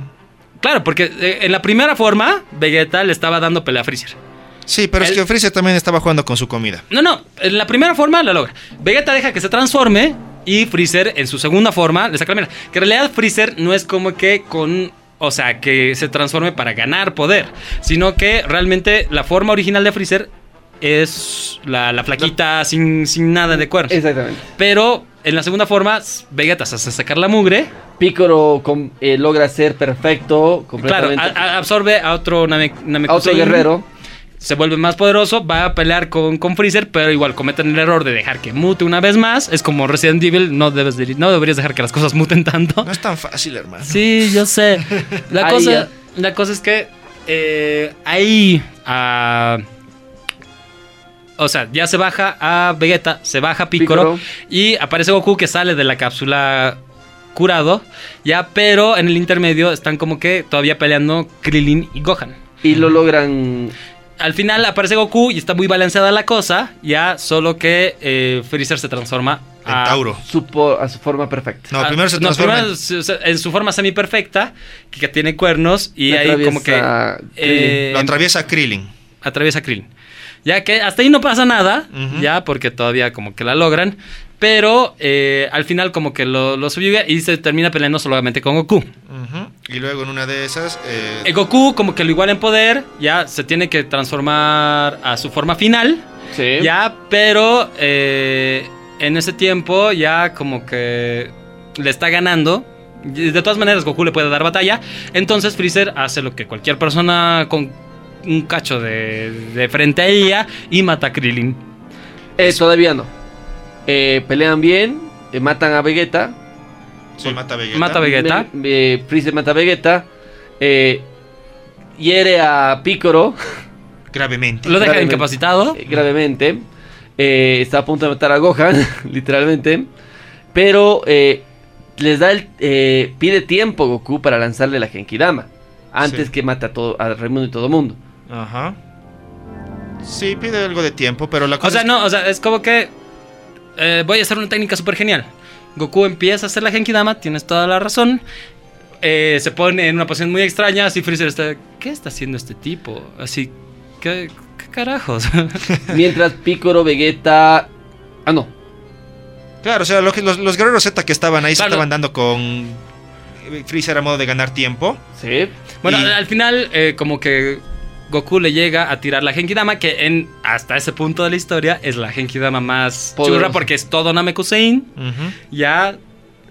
[SPEAKER 3] claro, porque eh, en la primera forma Vegeta le estaba dando pelea a Freezer.
[SPEAKER 1] Sí, pero
[SPEAKER 3] El-
[SPEAKER 1] es que Freezer también estaba jugando con su comida.
[SPEAKER 3] No, no, en la primera forma la logra. Vegeta deja que se transforme y Freezer en su segunda forma le saca la mierda. Que en realidad Freezer no es como que con... O sea, que se transforme para ganar poder. Sino que realmente la forma original de Freezer es la, la flaquita sin, sin nada de cuernos.
[SPEAKER 2] Exactamente.
[SPEAKER 3] Pero en la segunda forma, s- Vegeta se hace sacar la mugre.
[SPEAKER 2] Picoro com- eh, logra ser perfecto
[SPEAKER 3] Claro,
[SPEAKER 2] completamente.
[SPEAKER 3] a- a- absorbe a otro Name,
[SPEAKER 2] a otro
[SPEAKER 3] Namekusein.
[SPEAKER 2] guerrero.
[SPEAKER 3] se vuelve más poderoso, va a pelear con, con Freezer, pero igual cometen el error de dejar que mute una vez más. Es como Resident Evil, no, debes de- no deberías dejar que las cosas muten tanto.
[SPEAKER 1] No es tan fácil, hermano.
[SPEAKER 3] Sí, yo sé. La,
[SPEAKER 2] Ahí
[SPEAKER 3] cosa, la cosa es que eh, ahí... ah, o sea, ya se baja a Vegeta, se baja Piccolo,
[SPEAKER 2] Piccolo.
[SPEAKER 3] y aparece Goku que sale de la cápsula curado, ya, pero en el intermedio están como que todavía peleando Krillin y Gohan.
[SPEAKER 2] Y lo logran.
[SPEAKER 3] Al final aparece Goku y está muy balanceada la cosa, ya solo que eh, Freezer se transforma
[SPEAKER 1] En Tauro.
[SPEAKER 2] Su po- a su forma perfecta.
[SPEAKER 1] No,
[SPEAKER 3] a-
[SPEAKER 1] primero se
[SPEAKER 3] Ah, no,
[SPEAKER 1] transforma. en-
[SPEAKER 3] primero se- o sea, en su forma semiperfecta, que, que tiene cuernos y
[SPEAKER 2] Le
[SPEAKER 3] ahí como que
[SPEAKER 2] atraviesa
[SPEAKER 3] eh,
[SPEAKER 1] Lo atraviesa Krillin.
[SPEAKER 3] atraviesa Krillin. Ya que hasta ahí no pasa nada,
[SPEAKER 1] Ujú.
[SPEAKER 3] ya porque todavía como que la logran, pero eh, al final como que lo, lo subyuga y se termina peleando solamente con Goku.
[SPEAKER 1] Ujú. Y luego en una de esas. eh,
[SPEAKER 3] Eh, Goku como que lo iguala en poder, ya se tiene que transformar a su forma final.
[SPEAKER 2] Sí.
[SPEAKER 3] Ya, pero eh, en ese tiempo ya como que le está ganando. Y De todas maneras, Goku le puede dar batalla. Entonces Freezer hace lo que cualquier persona con un cacho de, de frente a ella y mata a Krillin.
[SPEAKER 2] Eh, todavía no. Eh, pelean bien. eh, matan a Vegeta.
[SPEAKER 1] sí, mata a Vegeta.
[SPEAKER 3] Mata a Vegeta.
[SPEAKER 2] Me- me- Freezer mata a Vegeta. eh, hiere a Picoro
[SPEAKER 1] Gravemente.
[SPEAKER 3] Lo deja
[SPEAKER 2] Gravemente.
[SPEAKER 3] incapacitado.
[SPEAKER 2] gravemente. eh, está a punto de matar a Gohan, literalmente. Pero eh, les da el. eh, pide tiempo Goku para lanzarle la Genkidama. Antes
[SPEAKER 1] Sí.
[SPEAKER 2] que mata a, todo, a Raimundo y todo mundo.
[SPEAKER 1] Ajá. Sí, pide algo de tiempo, pero la cosa.
[SPEAKER 3] O sea,
[SPEAKER 1] es-
[SPEAKER 3] no, o sea, es como que eh, voy a hacer una técnica súper genial. Goku empieza a hacer la Genki Dama, tienes toda la razón. Eh, se pone en una posición muy extraña, así Freezer está, ¿qué está haciendo este tipo? Así, ¿qué, qué carajos?
[SPEAKER 2] Mientras Piccolo, Vegeta. Ah, no.
[SPEAKER 1] Claro, o sea, lo que- los, los guerreros Z que estaban ahí
[SPEAKER 3] Claro.
[SPEAKER 1] se estaban dando con Freezer a modo de ganar tiempo.
[SPEAKER 2] Sí.
[SPEAKER 3] bueno,
[SPEAKER 1] Y-
[SPEAKER 3] al final eh, como que Goku le llega a tirar la Genki Dama, que en, hasta ese punto de la historia es la Genki Dama más
[SPEAKER 2] Poderosa.
[SPEAKER 3] churra porque es todo Namekusein. ya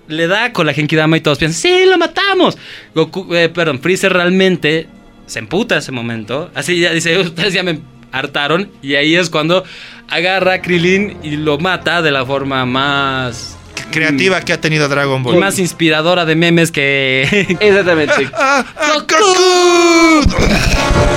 [SPEAKER 3] le da con la Genki Dama y todos piensan, sí, lo matamos. Goku, eh, perdón, Freezer realmente se emputa ese momento. Así ya dice, ustedes ya me hartaron. Y ahí es cuando agarra a Krillin y lo mata de la forma más...
[SPEAKER 1] Creativa que ha tenido Dragon
[SPEAKER 3] y
[SPEAKER 1] Ball.
[SPEAKER 3] más inspiradora de memes que...
[SPEAKER 2] Exactamente.
[SPEAKER 1] ¡Ah, ah, Goku!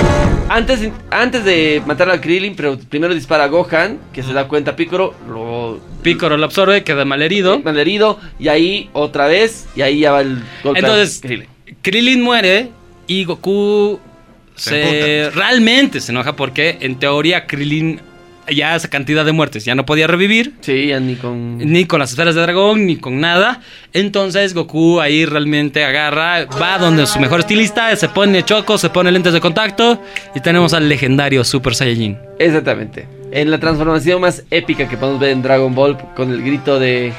[SPEAKER 2] Antes, antes de matar a Krillin, pero primero dispara a Gohan, que se da cuenta Piccolo, lo
[SPEAKER 3] Piccolo lo absorbe, queda malherido.
[SPEAKER 2] malherido, y ahí otra vez, y ahí ya va el golpe. a
[SPEAKER 3] Entonces,
[SPEAKER 2] Krillin.
[SPEAKER 3] Krillin muere y Goku
[SPEAKER 1] Se
[SPEAKER 3] se realmente se enoja porque en teoría Krillin ya esa cantidad de muertes ya no podía revivir.
[SPEAKER 2] Sí, ya ni con.
[SPEAKER 3] ni con las esferas de dragón, ni con nada. Entonces Goku ahí realmente agarra, va donde su mejor estilista, se pone choco, se pone lentes de contacto y tenemos al legendario Super Saiyajin.
[SPEAKER 2] Exactamente. En la transformación más épica que podemos ver en Dragon Ball, con el grito de.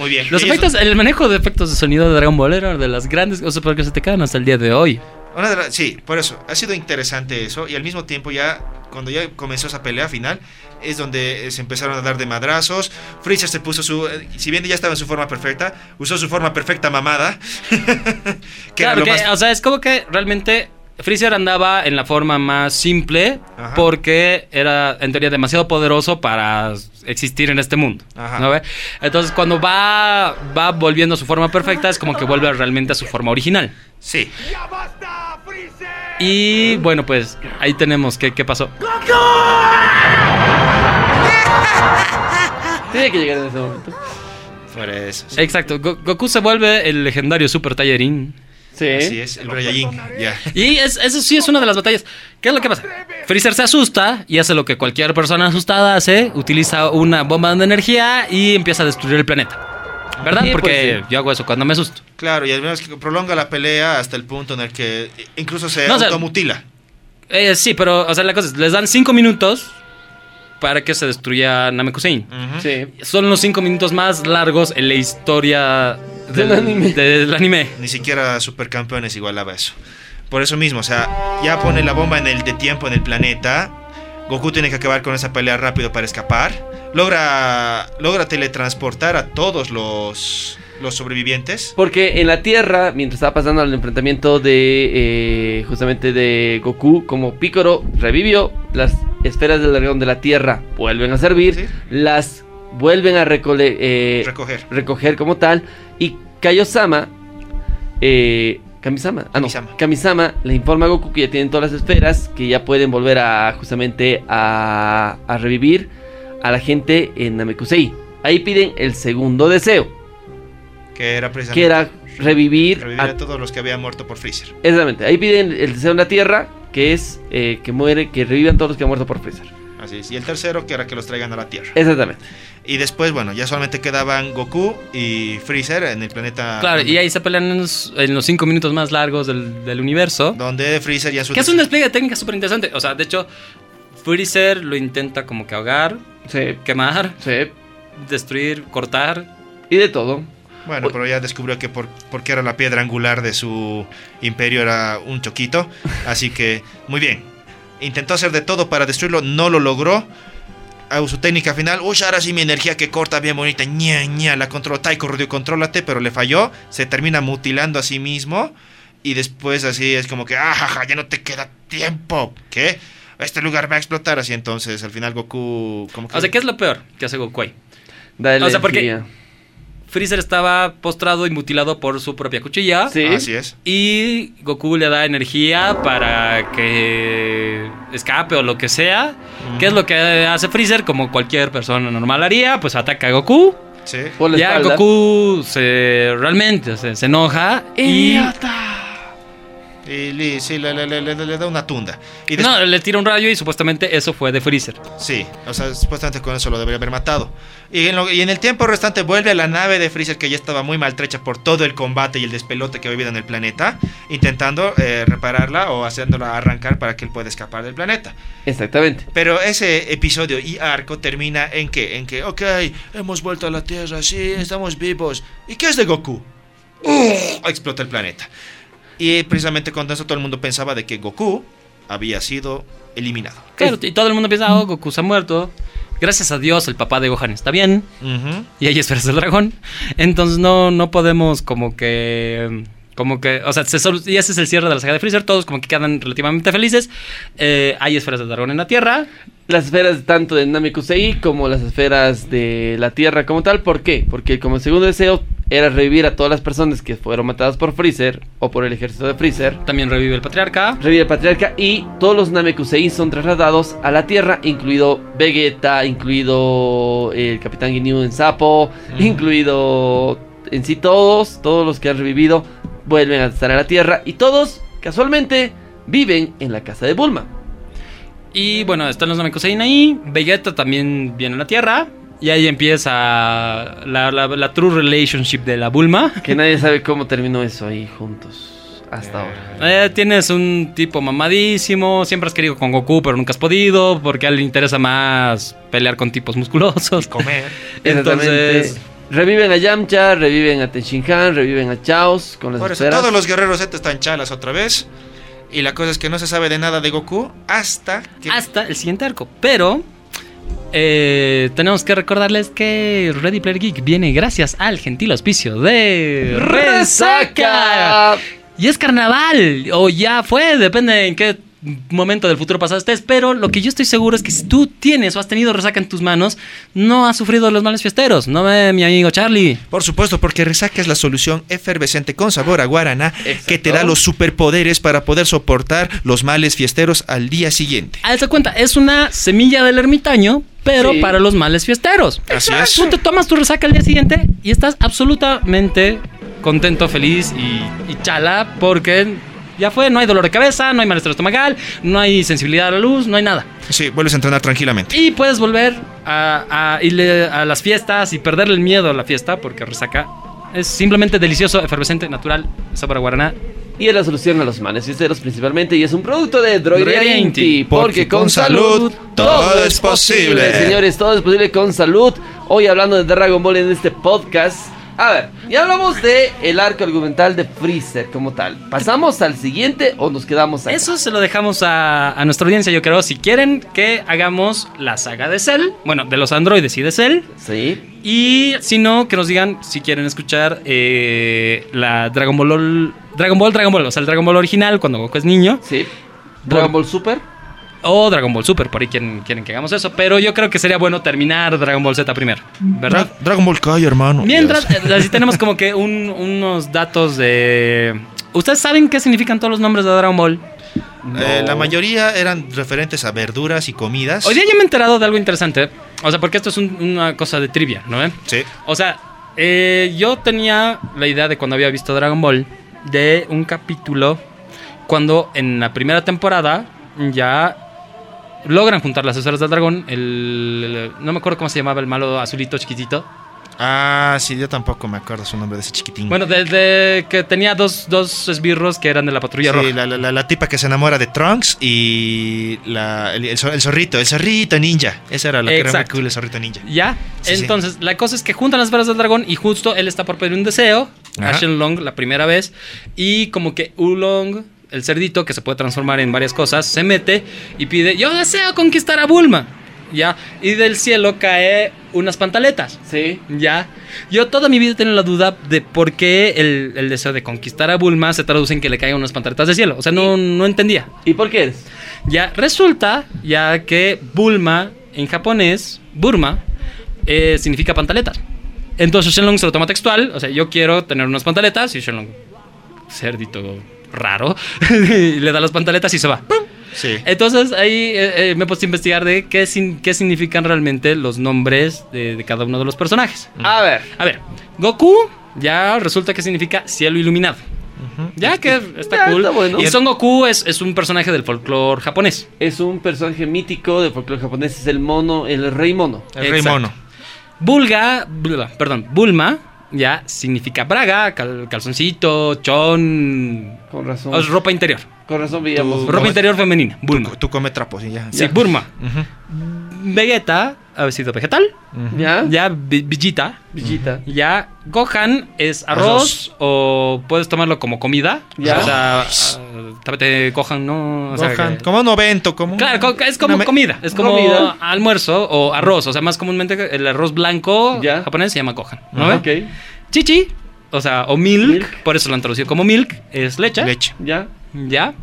[SPEAKER 1] Muy bien.
[SPEAKER 3] Los
[SPEAKER 1] Y eso-
[SPEAKER 3] efectos, el manejo de efectos de sonido de Dragon Ball era de las grandes cosas por las que se te quedan hasta el día de hoy.
[SPEAKER 1] Una de las- sí, por eso. Ha sido interesante eso. Y al mismo tiempo ya, cuando ya comenzó esa pelea final, es donde eh, se empezaron a dar de madrazos. Freezer se puso su... eh, si bien ya estaba en su forma perfecta, usó su forma perfecta mamada. que era
[SPEAKER 3] claro,
[SPEAKER 1] lo
[SPEAKER 3] que,
[SPEAKER 1] más-
[SPEAKER 3] o sea, es como que realmente Freezer andaba en la forma más simple
[SPEAKER 1] Ajá.
[SPEAKER 3] porque era en teoría demasiado poderoso para existir en este mundo.
[SPEAKER 1] Ajá.
[SPEAKER 3] ¿no ve? Entonces, cuando va, va volviendo a su forma perfecta, es como que vuelve realmente a su forma original.
[SPEAKER 1] Sí.
[SPEAKER 3] Y bueno, pues ahí tenemos que, qué pasó.
[SPEAKER 2] Tiene que llegar en ese momento.
[SPEAKER 1] Por eso. sí.
[SPEAKER 3] Exacto, Go- Goku se vuelve el legendario Super Tallerín.
[SPEAKER 2] Sí.
[SPEAKER 3] ¿Eh?
[SPEAKER 1] Así es, el Brayajin. Ya.
[SPEAKER 3] Y es- eso sí es una de las batallas. ¿Qué es lo que pasa? Freezer se asusta y hace lo que cualquier persona asustada hace, utiliza una bomba de energía y empieza a destruir el planeta. ¿Verdad?
[SPEAKER 2] Sí, pues,
[SPEAKER 3] Porque
[SPEAKER 2] sí.
[SPEAKER 3] yo hago eso cuando me asusto.
[SPEAKER 1] Claro, y al menos que prolonga la pelea hasta el punto en el que eh, incluso se
[SPEAKER 3] No, o sea-
[SPEAKER 1] automutila.
[SPEAKER 3] Eh, sí, pero, o sea, la cosa es, les dan cinco minutos para que se destruya Namekusein.
[SPEAKER 1] Ujú.
[SPEAKER 2] Sí.
[SPEAKER 3] Son los cinco minutos más largos en la historia del,
[SPEAKER 2] Del anime.
[SPEAKER 3] del anime.
[SPEAKER 1] Ni siquiera Supercampeones igualaba eso. Por eso mismo, o sea, ya pone la bomba en el de tiempo en el planeta. Goku tiene que acabar con esa pelea rápido para escapar. Logra, logra teletransportar a todos los, los sobrevivientes.
[SPEAKER 2] Porque en la Tierra, mientras estaba pasando el enfrentamiento de eh, justamente de Goku, como Picoro revivió, las esferas del dragón de la Tierra vuelven a servir,
[SPEAKER 1] Sí.
[SPEAKER 2] las vuelven a recole- eh,
[SPEAKER 1] Recoger.
[SPEAKER 2] recoger como tal, y Kaiosama, eh, Kamisama, ah, no,
[SPEAKER 1] Kamisama.
[SPEAKER 2] Kamisama le informa a Goku que ya tienen todas las esferas, que ya pueden volver a justamente a, a revivir a la gente en Namekusei. Ahí piden el segundo deseo
[SPEAKER 1] Que era
[SPEAKER 2] que
[SPEAKER 1] precisamente
[SPEAKER 2] era revivir,
[SPEAKER 1] revivir
[SPEAKER 2] a-
[SPEAKER 1] a todos los que habían muerto por Freezer.
[SPEAKER 2] exactamente ahí piden el deseo en la tierra que es eh, que muere que revivan todos los que han muerto por Freezer
[SPEAKER 1] Así es. Y el tercero, que era que los traigan a la Tierra.
[SPEAKER 3] Eh.
[SPEAKER 2] exactamente
[SPEAKER 1] Y después, bueno, ya solamente quedaban Goku y Freezer en el planeta.
[SPEAKER 3] Claro, y ahí se pelean en los, en los cinco minutos más largos del, del universo.
[SPEAKER 1] Donde Freezer
[SPEAKER 2] Pues
[SPEAKER 1] ya en su.
[SPEAKER 3] Que es un despliegue de técnica súper interesante. O sea, de hecho, Freezer lo intenta como que ahogar,
[SPEAKER 2] sí
[SPEAKER 3] quemar,
[SPEAKER 2] sí
[SPEAKER 3] destruir, cortar.
[SPEAKER 2] y de todo
[SPEAKER 1] Bueno, pero ya descubrió que por, porque era la piedra angular de su imperio era un choquito. Así que, muy bien. Intentó hacer de todo para destruirlo, no lo logró. A su técnica final, uy, ahora sí mi energía que corta bien bonita, ña, ña, la controló, Taiko, Ryu, contrólate, pero le falló, se termina mutilando a sí mismo y después así es como que, ah, jaja, ya no te queda tiempo, ¿qué? Este lugar va a explotar así entonces, al final Goku como que...
[SPEAKER 3] O sea, ¿qué es lo peor que hace Goku ahí?
[SPEAKER 2] dale
[SPEAKER 3] O sea, porque-
[SPEAKER 2] energía.
[SPEAKER 3] Freezer estaba postrado y mutilado por su propia cuchilla.
[SPEAKER 2] Sí.
[SPEAKER 1] Así es.
[SPEAKER 3] Y Goku le da energía para que escape o lo que sea. ¿Qué es lo que hace Freezer? Como cualquier persona normal haría, pues ataca a Goku.
[SPEAKER 1] Sí.
[SPEAKER 2] por la
[SPEAKER 3] ya
[SPEAKER 2] espalda.
[SPEAKER 3] Goku se realmente se, se enoja y
[SPEAKER 1] Y le, sí, le, le- le- le- le da una tunda. Y des-
[SPEAKER 3] No, le tira un rayo y supuestamente eso fue de Freezer.
[SPEAKER 1] Sí, o sea, supuestamente con eso lo debería haber matado. Y en, lo- y en el tiempo restante vuelve a la nave de Freezer que ya estaba muy maltrecha por todo el combate y el despelote que ha vivido en el planeta, intentando eh, repararla o haciéndola arrancar para que él pueda escapar del planeta.
[SPEAKER 2] Exactamente.
[SPEAKER 1] Pero ese episodio y arco termina en que, en que, ok, hemos vuelto a la Tierra, sí, estamos vivos. ¿Y qué es de Goku?
[SPEAKER 2] Eh.
[SPEAKER 1] ¡Ugh! explota el planeta. Y precisamente con eso todo el mundo pensaba de que Goku había sido eliminado.
[SPEAKER 3] Claro, y todo el mundo piensa, oh, Goku se ha muerto. Gracias a Dios, el papá de Gohan está bien.
[SPEAKER 1] Ujú.
[SPEAKER 3] Y ahí esperas el dragón. Entonces no, no podemos como que... Como que, o sea, se solu- y ese es el cierre de la saga de Freezer. Todos como que quedan relativamente felices. Eh, hay esferas del dragón en la Tierra.
[SPEAKER 2] Las esferas tanto de Namekusei como las esferas de la Tierra como tal. ¿Por qué? Porque como segundo deseo era revivir a todas las personas que fueron matadas por Freezer o por el ejército de Freezer.
[SPEAKER 3] También revive el patriarca.
[SPEAKER 2] Revive el patriarca y todos los Namekusei son trasladados a la Tierra, incluido Vegeta, incluido el Capitán Ginyu en Sapo,
[SPEAKER 1] Ujú.
[SPEAKER 2] incluido en sí todos, todos los que han revivido vuelven a estar a la Tierra y todos casualmente viven en la casa de Bulma.
[SPEAKER 3] Y bueno, están los Namekusein ahí. Vegeta también viene a la Tierra. Y ahí empieza la, la- la true relationship de la Bulma.
[SPEAKER 2] Que nadie sabe cómo terminó eso ahí juntos hasta ahora.
[SPEAKER 3] Eh, tienes un tipo mamadísimo, siempre has querido con Goku, pero nunca has podido, porque a él le interesa más pelear con tipos musculosos.
[SPEAKER 1] Comer.
[SPEAKER 3] Entonces,
[SPEAKER 2] reviven a Yamcha, reviven a Tenshinhan, reviven a Chaos con las
[SPEAKER 1] Por eso,
[SPEAKER 2] esferas.
[SPEAKER 1] todos los guerreros Z están chalas otra vez. Y la cosa es que no se sabe de nada de Goku hasta que.
[SPEAKER 3] hasta el siguiente arco. Pero eh, tenemos que recordarles que Ready Player Geek viene gracias al gentil auspicio de Resaca.
[SPEAKER 2] ¡Resaca!
[SPEAKER 3] Y es carnaval, o ya fue, depende en qué momento del futuro pasado estés, pero lo que yo estoy seguro es que si tú tienes o has tenido resaca en tus manos, no has sufrido los males fiesteros, no ve mi amigo Charlie.
[SPEAKER 1] Por supuesto, porque Resaca es la solución efervescente con sabor a guaraná
[SPEAKER 2] Exacto.
[SPEAKER 1] que te da los superpoderes para poder soportar los males fiesteros al día siguiente.
[SPEAKER 3] A esta cuenta, es una semilla del ermitaño, pero
[SPEAKER 2] Sí.
[SPEAKER 3] para los males fiesteros.
[SPEAKER 1] Así es.
[SPEAKER 3] Tú te tomas tu resaca al día siguiente y estás absolutamente contento, feliz y, y chala, porque ya fue, no hay dolor de cabeza, no hay malestar estomacal, no hay sensibilidad a la luz, no hay nada.
[SPEAKER 1] Sí, vuelves a entrenar tranquilamente.
[SPEAKER 3] Y puedes volver a, a irle a las fiestas y perderle el miedo a la fiesta porque resaca es simplemente delicioso, efervescente, natural, sabor a guaraná.
[SPEAKER 2] Y es la solución a los males fiesteros principalmente y es un producto de Droidería
[SPEAKER 3] Droidería
[SPEAKER 2] Inti.
[SPEAKER 3] Inti,
[SPEAKER 2] Porque con salud todo es posible. Señores, todo es posible con salud. Hoy hablando de Dragon Ball en este podcast. A ver, ya hablamos de el arco argumental de Freezer como tal. ¿Pasamos al siguiente o nos quedamos acá?
[SPEAKER 3] Eso se lo dejamos a, a nuestra audiencia, yo creo. Si quieren que hagamos la saga de Cell, bueno, de los androides y de Cell.
[SPEAKER 2] Sí.
[SPEAKER 3] Y si no, que nos digan si quieren escuchar eh, la Dragon Ball, ol- Dragon Ball, Dragon Ball, o sea, el Dragon Ball original cuando Goku es niño.
[SPEAKER 2] Sí. Dragon Ball Super.
[SPEAKER 3] O Dragon Ball Super, por ahí quieren, quieren que hagamos eso. Pero yo creo que sería bueno terminar Dragon Ball Z primero, ¿verdad?
[SPEAKER 1] Dra- Dragon Ball Kai, hermano.
[SPEAKER 3] Mientras,
[SPEAKER 1] Dios.
[SPEAKER 3] eh, así tenemos como que un- unos datos de... ¿Ustedes saben qué significan todos los nombres de Dragon Ball?
[SPEAKER 1] Eh,
[SPEAKER 2] No.
[SPEAKER 1] la mayoría eran referentes a verduras y comidas.
[SPEAKER 3] Hoy día ya me he enterado de algo interesante. O sea, porque esto es un- una cosa de trivia, ¿no? eh?
[SPEAKER 1] Sí.
[SPEAKER 3] O sea, eh, yo tenía la idea de cuando había visto Dragon Ball de un capítulo cuando en la primera temporada ya logran juntar las esferas del dragón. El, el- no me acuerdo cómo se llamaba el malo azulito chiquitito.
[SPEAKER 1] Ah, sí, yo tampoco me acuerdo su nombre de ese chiquitín.
[SPEAKER 3] Bueno, desde que tenía dos, dos esbirros que eran de la patrulla
[SPEAKER 1] Sí,
[SPEAKER 3] roja.
[SPEAKER 1] la, la- la- la tipa que se enamora de Trunks y la- el, el zor- el zorrito, el zorrito ninja. Esa era la que era muy
[SPEAKER 3] Exacto.
[SPEAKER 1] cool, el zorrito ninja.
[SPEAKER 3] ¿Ya?
[SPEAKER 1] Sí, sí.
[SPEAKER 3] Entonces, la cosa es que juntan las esferas del dragón y justo él está por pedir un deseo
[SPEAKER 1] Ajá.
[SPEAKER 3] a Shenlong la primera vez y como que Ulong, el cerdito que se puede transformar en varias cosas, se mete y pide, yo deseo conquistar a Bulma. ¿Ya? Y del cielo cae unas pantaletas.
[SPEAKER 2] Sí.
[SPEAKER 3] Ya. Yo toda mi vida tengo la duda de por qué el, el deseo de conquistar a Bulma se traduce en que le caigan unas pantaletas del cielo. O sea, no, no entendía.
[SPEAKER 2] ¿Y por qué eres?
[SPEAKER 3] Ya resulta ya que Bulma en japonés, Burma, eh, significa pantaletas. Entonces Shenlong se lo toma textual, o sea, yo quiero tener unas pantaletas y Shenlong, cerdito raro, le da las pantaletas y se va. ¡Pum!
[SPEAKER 1] Sí.
[SPEAKER 3] Entonces ahí eh, eh, me puse a investigar de qué, sin- qué significan realmente los nombres de, de cada
[SPEAKER 1] Mm.
[SPEAKER 3] uno de los personajes.
[SPEAKER 2] A ver.
[SPEAKER 3] A ver, Goku ya resulta que significa cielo iluminado. Ya que está
[SPEAKER 2] Ya,
[SPEAKER 3] cool.
[SPEAKER 2] está bueno.
[SPEAKER 3] Y Son Goku es, es un personaje del folclore japonés.
[SPEAKER 2] Es un personaje mítico del folclore japonés, es el mono, el rey mono.
[SPEAKER 1] El rey
[SPEAKER 3] Exacto.
[SPEAKER 1] mono.
[SPEAKER 3] Bulga, bla, perdón, Bulma, ya significa braga, cal- calzoncito, chon,
[SPEAKER 2] Con razón.
[SPEAKER 3] o sea, ropa interior.
[SPEAKER 2] Con razón veíamos.
[SPEAKER 1] Tú-
[SPEAKER 3] Ropa
[SPEAKER 1] no,
[SPEAKER 3] interior femenina, Bulma.
[SPEAKER 1] Tú, tú come trapos y ya.
[SPEAKER 3] Sí,
[SPEAKER 2] ya.
[SPEAKER 3] Bulma.
[SPEAKER 1] Ujú.
[SPEAKER 3] Vegeta, ha sido vegetal.
[SPEAKER 1] Ujú.
[SPEAKER 2] ¿Ya?
[SPEAKER 3] Ya Vi- Vegeta.
[SPEAKER 2] Villita.
[SPEAKER 3] Ya Gohan es arroz o puedes tomarlo como comida.
[SPEAKER 2] Ya.
[SPEAKER 3] O sea, ah, tápate Gohan, ¿no? O sea,
[SPEAKER 1] Gohan,
[SPEAKER 3] que-
[SPEAKER 1] como un ovento, como. un-
[SPEAKER 3] Claro, co- es
[SPEAKER 1] una
[SPEAKER 3] como
[SPEAKER 1] me-
[SPEAKER 3] comida, es como
[SPEAKER 2] Comida.
[SPEAKER 3] almuerzo o arroz, o sea, más comúnmente el arroz blanco
[SPEAKER 2] Ya. Ah,
[SPEAKER 3] japonés se llama gohan, ¿no
[SPEAKER 1] Ajá.
[SPEAKER 3] ve?
[SPEAKER 2] Ok,
[SPEAKER 3] Chichi, o sea, o milk,
[SPEAKER 2] Milk.
[SPEAKER 3] por eso lo han traducido como milk, es leche,
[SPEAKER 1] Leche.
[SPEAKER 2] ya,
[SPEAKER 3] ya.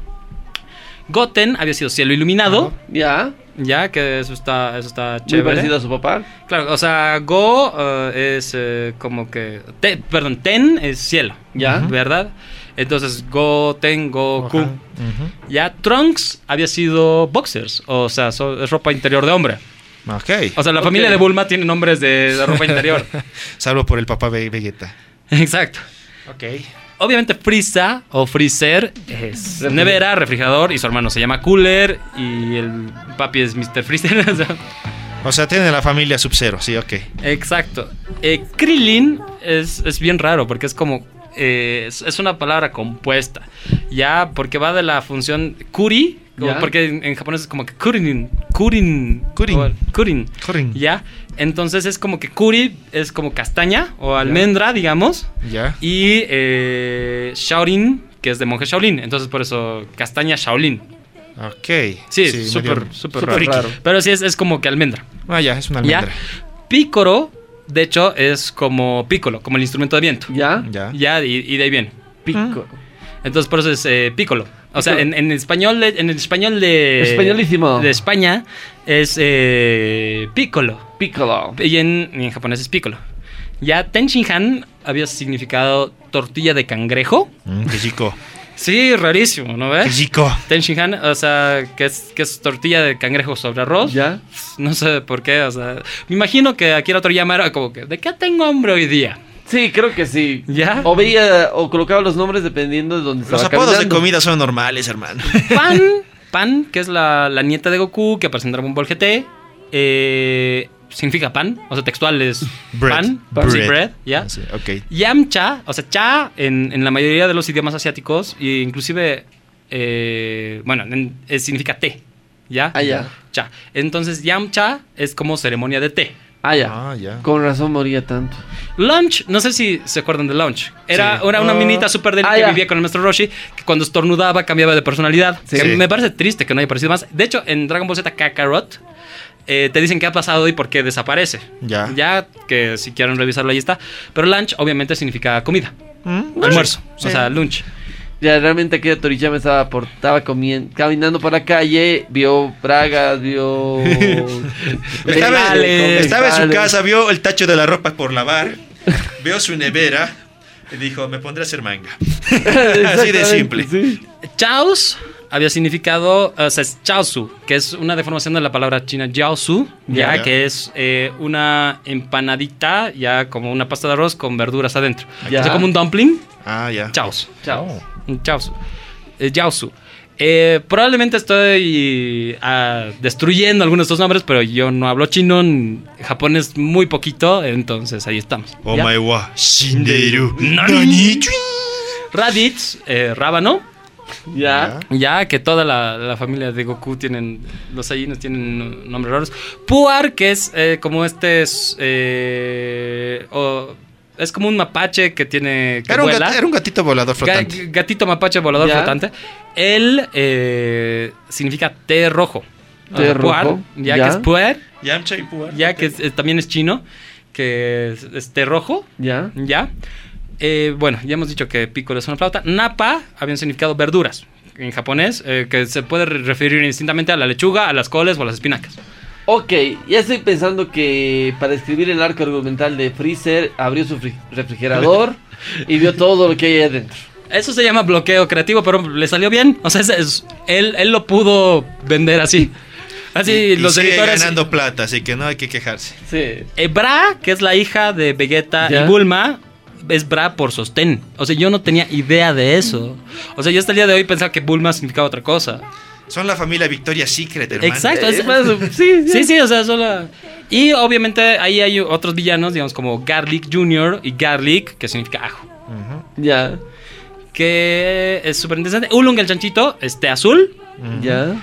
[SPEAKER 3] Goten había sido cielo iluminado,
[SPEAKER 2] ya.
[SPEAKER 3] ya, que eso está, eso está
[SPEAKER 2] Muy
[SPEAKER 3] chévere.
[SPEAKER 2] parecido a su papá.
[SPEAKER 3] Claro, o sea, go eh, es eh, como que, te- perdón, ten es cielo,
[SPEAKER 2] Ya.
[SPEAKER 3] ¿verdad? Entonces, Goten, Goku.
[SPEAKER 1] Ajá. Ujú.
[SPEAKER 3] Ya Trunks había sido boxers, o sea, so- es ropa interior de hombre.
[SPEAKER 1] Ok.
[SPEAKER 3] O sea, la
[SPEAKER 2] Ok.
[SPEAKER 3] familia de Bulma tiene nombres de, de ropa interior.
[SPEAKER 1] Salvo por el papá Ve- Vegeta.
[SPEAKER 3] Exacto.
[SPEAKER 1] Ok.
[SPEAKER 3] Obviamente Frieza o Freezer es nevera, refrigerador y su hermano se llama Cooler y el papi es Mr. Freezer. o sea,
[SPEAKER 1] O sea, tiene la familia Sub-Zero, sí, ok.
[SPEAKER 3] Exacto. Eh, Krillin es, es bien raro porque es como... eh, es, es una palabra compuesta. Ya, porque va de la función kuri, como-
[SPEAKER 2] Ya.
[SPEAKER 3] porque en, en japonés es como que kurin, kurin,
[SPEAKER 1] Kurin.
[SPEAKER 3] o- kurin.
[SPEAKER 1] Corrin.
[SPEAKER 3] ¿Ya? Entonces es como que kuri es como castaña o almendra, digamos.
[SPEAKER 1] Ya.
[SPEAKER 3] Y eh, Shaolin, que es de monje Shaolin. Entonces por eso castaña Shaolin.
[SPEAKER 1] Ok.
[SPEAKER 3] Sí,
[SPEAKER 1] medio-
[SPEAKER 3] súper, súper
[SPEAKER 2] súper
[SPEAKER 3] raro.
[SPEAKER 2] raro.
[SPEAKER 3] Pero sí es, es como que almendra.
[SPEAKER 1] Ah, ya, es una
[SPEAKER 3] ¿Ya?
[SPEAKER 1] almendra.
[SPEAKER 3] Pícoro, de hecho, es como pícolo, como el instrumento de viento.
[SPEAKER 2] Ya,
[SPEAKER 1] Ya.
[SPEAKER 3] Ya, y, y de ahí viene.
[SPEAKER 2] pico.
[SPEAKER 3] Entonces por eso es eh, pícolo. O sea,
[SPEAKER 2] Pícolo.
[SPEAKER 3] en, en español, de- en el español de...
[SPEAKER 2] Españolísimo.
[SPEAKER 3] De España es eh, pícolo.
[SPEAKER 2] Piccolo.
[SPEAKER 3] Y en, y en japonés es piccolo. Ya Tenshinhan había significado tortilla de cangrejo.
[SPEAKER 1] Mm, qué chico.
[SPEAKER 3] Sí, rarísimo, ¿no
[SPEAKER 1] Qué
[SPEAKER 3] ves?
[SPEAKER 1] chico.
[SPEAKER 3] Tenshinhan, o sea, que es, que es tortilla de cangrejo sobre arroz.
[SPEAKER 2] Ya.
[SPEAKER 3] No sé por qué, o sea. Me imagino que aquí el otro llama era como que, ¿de qué tengo hambre hoy día?
[SPEAKER 2] Sí, creo que sí.
[SPEAKER 3] ¿Ya?
[SPEAKER 2] O veía o colocaba los nombres dependiendo de dónde
[SPEAKER 1] Los
[SPEAKER 2] estaba
[SPEAKER 1] apodos de
[SPEAKER 2] caminando.
[SPEAKER 1] comida son normales, hermano.
[SPEAKER 3] Pan, pan, que es la, la nieta de Goku, que aparece en Dragon Ball GT. eh, significa pan, o sea, textual es pan,
[SPEAKER 1] Bread. Ah,
[SPEAKER 3] sí, bread, ya.
[SPEAKER 1] Sí, ok.
[SPEAKER 3] Yamcha, o sea, cha en, en la mayoría de los idiomas asiáticos, e inclusive, eh, bueno, en- eh, significa té, ¿ya?
[SPEAKER 2] Ah, ya.
[SPEAKER 3] Cha. Entonces, Yamcha es como ceremonia de té.
[SPEAKER 2] Ah, ya.
[SPEAKER 1] Ah, ya.
[SPEAKER 2] Con razón moría tanto.
[SPEAKER 3] Lunch, no sé si se acuerdan de Lunch. Era,
[SPEAKER 1] Sí.
[SPEAKER 3] era una
[SPEAKER 1] Ah.
[SPEAKER 3] minita súper
[SPEAKER 2] Ah,
[SPEAKER 3] delicada que
[SPEAKER 2] ya.
[SPEAKER 3] vivía con el maestro Roshi, que cuando estornudaba cambiaba de personalidad.
[SPEAKER 1] Sí.
[SPEAKER 3] Que
[SPEAKER 1] Sí.
[SPEAKER 3] Me parece triste que no haya aparecido más. De hecho, en Dragon Ball Z Kakarot, eh, te dicen qué ha pasado y por qué desaparece.
[SPEAKER 1] Ya.
[SPEAKER 3] Ya, que si quieren revisarlo ahí está. Pero lunch obviamente significa comida.
[SPEAKER 1] Mm,
[SPEAKER 3] Almuerzo,
[SPEAKER 1] sí.
[SPEAKER 3] o sea, lunch.
[SPEAKER 2] Ya, realmente aquella Toriyama estaba, por, estaba comien- caminando por la calle, vio bragas, vio...
[SPEAKER 1] Estaba,
[SPEAKER 3] Vale,
[SPEAKER 1] estaba en su
[SPEAKER 2] vale.
[SPEAKER 1] casa, vio el tacho de la ropa por lavar, vio su nevera y dijo, me pondré a hacer manga. Así de
[SPEAKER 2] Exactamente,
[SPEAKER 1] simple.
[SPEAKER 2] sí.
[SPEAKER 3] Chaos había significado, o sea, es chaosu, que es una deformación de la palabra china jiaosu, ya
[SPEAKER 1] Ya.
[SPEAKER 3] que es eh, una empanadita, ya como una pasta de arroz con verduras adentro.
[SPEAKER 2] Ya.
[SPEAKER 3] O sea, como un dumpling,
[SPEAKER 1] Ah, ya.
[SPEAKER 3] chaos,
[SPEAKER 2] Chao.
[SPEAKER 3] un chaosu, eh, jiaosu. Eh, probablemente estoy ah, destruyendo algunos de estos nombres, pero yo no hablo chino, n- japonés muy poquito, entonces ahí estamos.
[SPEAKER 1] Oh
[SPEAKER 3] ¿ya?
[SPEAKER 1] my wa, shinderu.
[SPEAKER 3] Nani.
[SPEAKER 1] Nani. Chui.
[SPEAKER 3] Raditz, eh, rábano,
[SPEAKER 2] Ya.
[SPEAKER 3] Ya que toda la, la familia de Goku tienen, los Saiyans tienen nombres raros. Puar, que es eh, como este, es, eh, o- es como un mapache que tiene, que
[SPEAKER 1] Era un,
[SPEAKER 3] vuela.
[SPEAKER 1] gat- era un gatito volador
[SPEAKER 3] Ga-
[SPEAKER 1] flotante.
[SPEAKER 3] gatito mapache volador
[SPEAKER 2] Ya.
[SPEAKER 3] flotante. Él eh, significa té rojo. O
[SPEAKER 2] Té
[SPEAKER 3] sea, puar,
[SPEAKER 2] rojo,
[SPEAKER 3] ya,
[SPEAKER 2] ya.
[SPEAKER 3] que es puer,
[SPEAKER 1] Yamcha y Puar.
[SPEAKER 3] ya que es- eh, también es chino, que es, es té rojo,
[SPEAKER 2] Ya.
[SPEAKER 3] ya. Eh, bueno, ya hemos dicho que piccolo es una flauta. Napa había un significado verduras en japonés, eh, que se puede re- referir indistintamente a la lechuga, a las coles o a las espinacas.
[SPEAKER 2] Ok, ya estoy pensando que para escribir el arco argumental de Freezer abrió su fri- refrigerador y vio todo lo que hay ahí adentro.
[SPEAKER 3] Eso se llama bloqueo creativo, pero le salió bien. O sea, es- es- él, él lo pudo vender así. Así
[SPEAKER 1] Y- y
[SPEAKER 3] los
[SPEAKER 1] sigue
[SPEAKER 3] editores.
[SPEAKER 1] ganando plata, así que no hay que quejarse.
[SPEAKER 2] Sí.
[SPEAKER 3] Eh, Bra, que es la hija de Vegeta
[SPEAKER 2] Ya.
[SPEAKER 3] y Bulma, es bra por sostén. O sea, yo no tenía idea de eso. O sea, yo hasta el día de hoy pensaba que Bulma significaba otra cosa.
[SPEAKER 1] Son la familia Victoria Secret, hermano. eh.
[SPEAKER 3] Exacto.
[SPEAKER 2] Es más, sí,
[SPEAKER 3] Sí, sí, o sea, solo... Y obviamente ahí hay otros villanos, digamos, como Garlic Jr. y Garlic, que significa ajo.
[SPEAKER 2] Ya,
[SPEAKER 3] Que es súper interesante. Ulung el chanchito, este azul.
[SPEAKER 2] ya.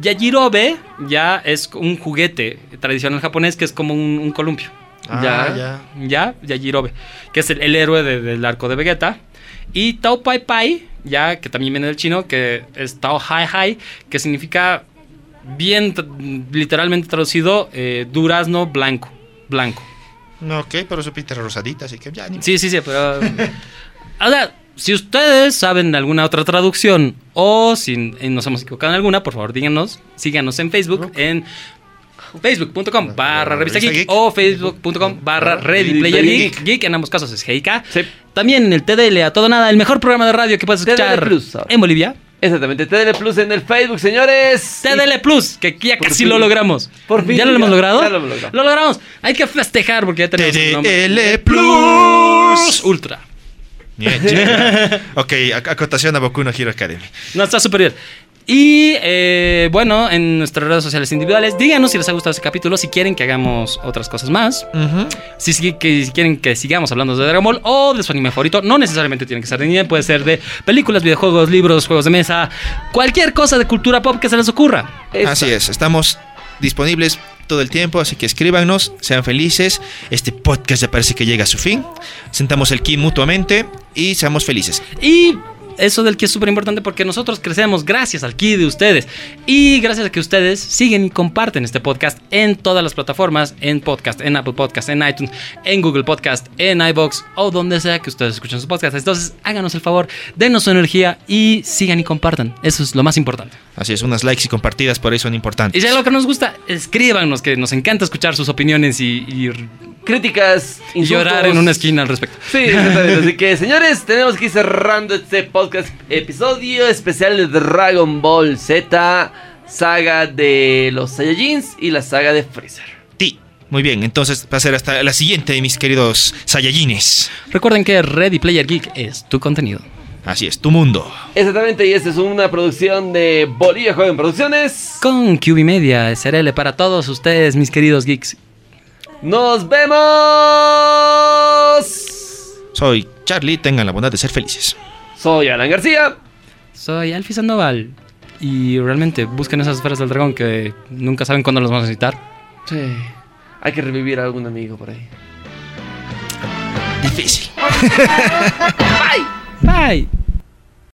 [SPEAKER 3] Yajirobe ya es un juguete tradicional japonés que es como un, un columpio.
[SPEAKER 1] Ah,
[SPEAKER 2] Ya.
[SPEAKER 1] ya.
[SPEAKER 3] Ya, Yajirobe, que es el, el héroe de- del arco de Vegeta. Y Tao Pai Pai, ya que también viene del chino, que es Tao Hai Hai, que significa, bien tra- literalmente traducido, eh, durazno blanco. Blanco.
[SPEAKER 1] No, ok, pero su pinta era rosadita, así que ya ni
[SPEAKER 3] Sí, sí, sí, pero. O sea, si ustedes saben alguna otra traducción o si nos hemos equivocado en alguna, por favor díganos, síganos en Facebook, en facebook.com barra revista
[SPEAKER 1] Revista
[SPEAKER 3] geek
[SPEAKER 1] Geek.
[SPEAKER 3] o facebook.com barra ready player geek. Geek, en ambos casos es GIK.
[SPEAKER 2] Sí.
[SPEAKER 3] También en el TDL a todo nada, el mejor programa de radio que puedes
[SPEAKER 2] TDL
[SPEAKER 3] escuchar
[SPEAKER 2] Plus, ahora.
[SPEAKER 3] en Bolivia.
[SPEAKER 2] Exactamente, TDL Plus en el Facebook, señores.
[SPEAKER 3] TDL Plus, que ya
[SPEAKER 2] Por
[SPEAKER 3] casi
[SPEAKER 2] fin.
[SPEAKER 3] lo logramos.
[SPEAKER 2] Por fin,
[SPEAKER 3] ¿Ya lo
[SPEAKER 2] ya,
[SPEAKER 3] hemos logrado?
[SPEAKER 2] ya lo hemos logrado.
[SPEAKER 3] Lo logramos. Hay que festejar porque ya tenemos el nombre.
[SPEAKER 1] TDL Plus.
[SPEAKER 3] Ultra.
[SPEAKER 1] Bien, chica. ok, ac- acotación a Boku no Hero Academy.
[SPEAKER 3] No, está súper bien. Y eh, bueno, en nuestras redes sociales individuales, díganos si les ha gustado este capítulo, si quieren que hagamos otras cosas más, si, si- que- si quieren que sigamos hablando de Dragon Ball o de su anime favorito, no necesariamente tienen que ser de anime, puede ser de películas, videojuegos, libros, juegos de mesa, cualquier cosa de cultura pop que se les ocurra.
[SPEAKER 2] Esta-
[SPEAKER 1] Así es, estamos disponibles todo el tiempo, así que escríbanos, sean felices. Este podcast ya parece que llega a su fin. Sentamos el ki mutuamente y seamos felices.
[SPEAKER 3] Y eso del que es súper importante porque nosotros crecemos gracias al ki de ustedes y gracias a que ustedes siguen y comparten este podcast en todas las plataformas, en podcast, en Apple Podcast, en iTunes, en Google Podcast, en iBox o donde sea que ustedes escuchen sus podcasts. Entonces háganos el favor, denos su energía y sigan y compartan. Eso es lo más importante.
[SPEAKER 1] Así es, unas likes y compartidas por ahí son
[SPEAKER 3] Y
[SPEAKER 1] importantes.
[SPEAKER 3] ya lo que nos gusta, escríbanos, que nos encanta escuchar sus opiniones y, y-
[SPEAKER 2] Críticas,
[SPEAKER 3] y
[SPEAKER 2] insultos.
[SPEAKER 3] llorar en una esquina al respecto.
[SPEAKER 2] Sí, exactamente. Así que, señores, tenemos que ir cerrando este podcast, episodio especial de Dragon Ball Z, saga de los Saiyajins y la saga de Freezer.
[SPEAKER 1] Ti. Muy bien, entonces va a ser hasta la siguiente, mis queridos Saiyajines.
[SPEAKER 3] Recuerden que Ready Player Geek es tu contenido.
[SPEAKER 1] Así es, tu mundo.
[SPEAKER 2] Exactamente, y esta es una producción de Bolivia Joven Producciones.
[SPEAKER 3] Con QB Media, SRL para todos ustedes, mis queridos geeks.
[SPEAKER 2] ¡Nos vemos!
[SPEAKER 1] Soy Charlie, tengan la bondad de ser felices.
[SPEAKER 2] Soy Alan García.
[SPEAKER 3] Soy Alfie Sandoval. Y realmente busquen esas esferas del dragón que nunca saben cuándo las vamos a necesitar.
[SPEAKER 2] Sí. Hay que revivir a algún amigo por ahí.
[SPEAKER 1] Difícil.
[SPEAKER 3] Bye.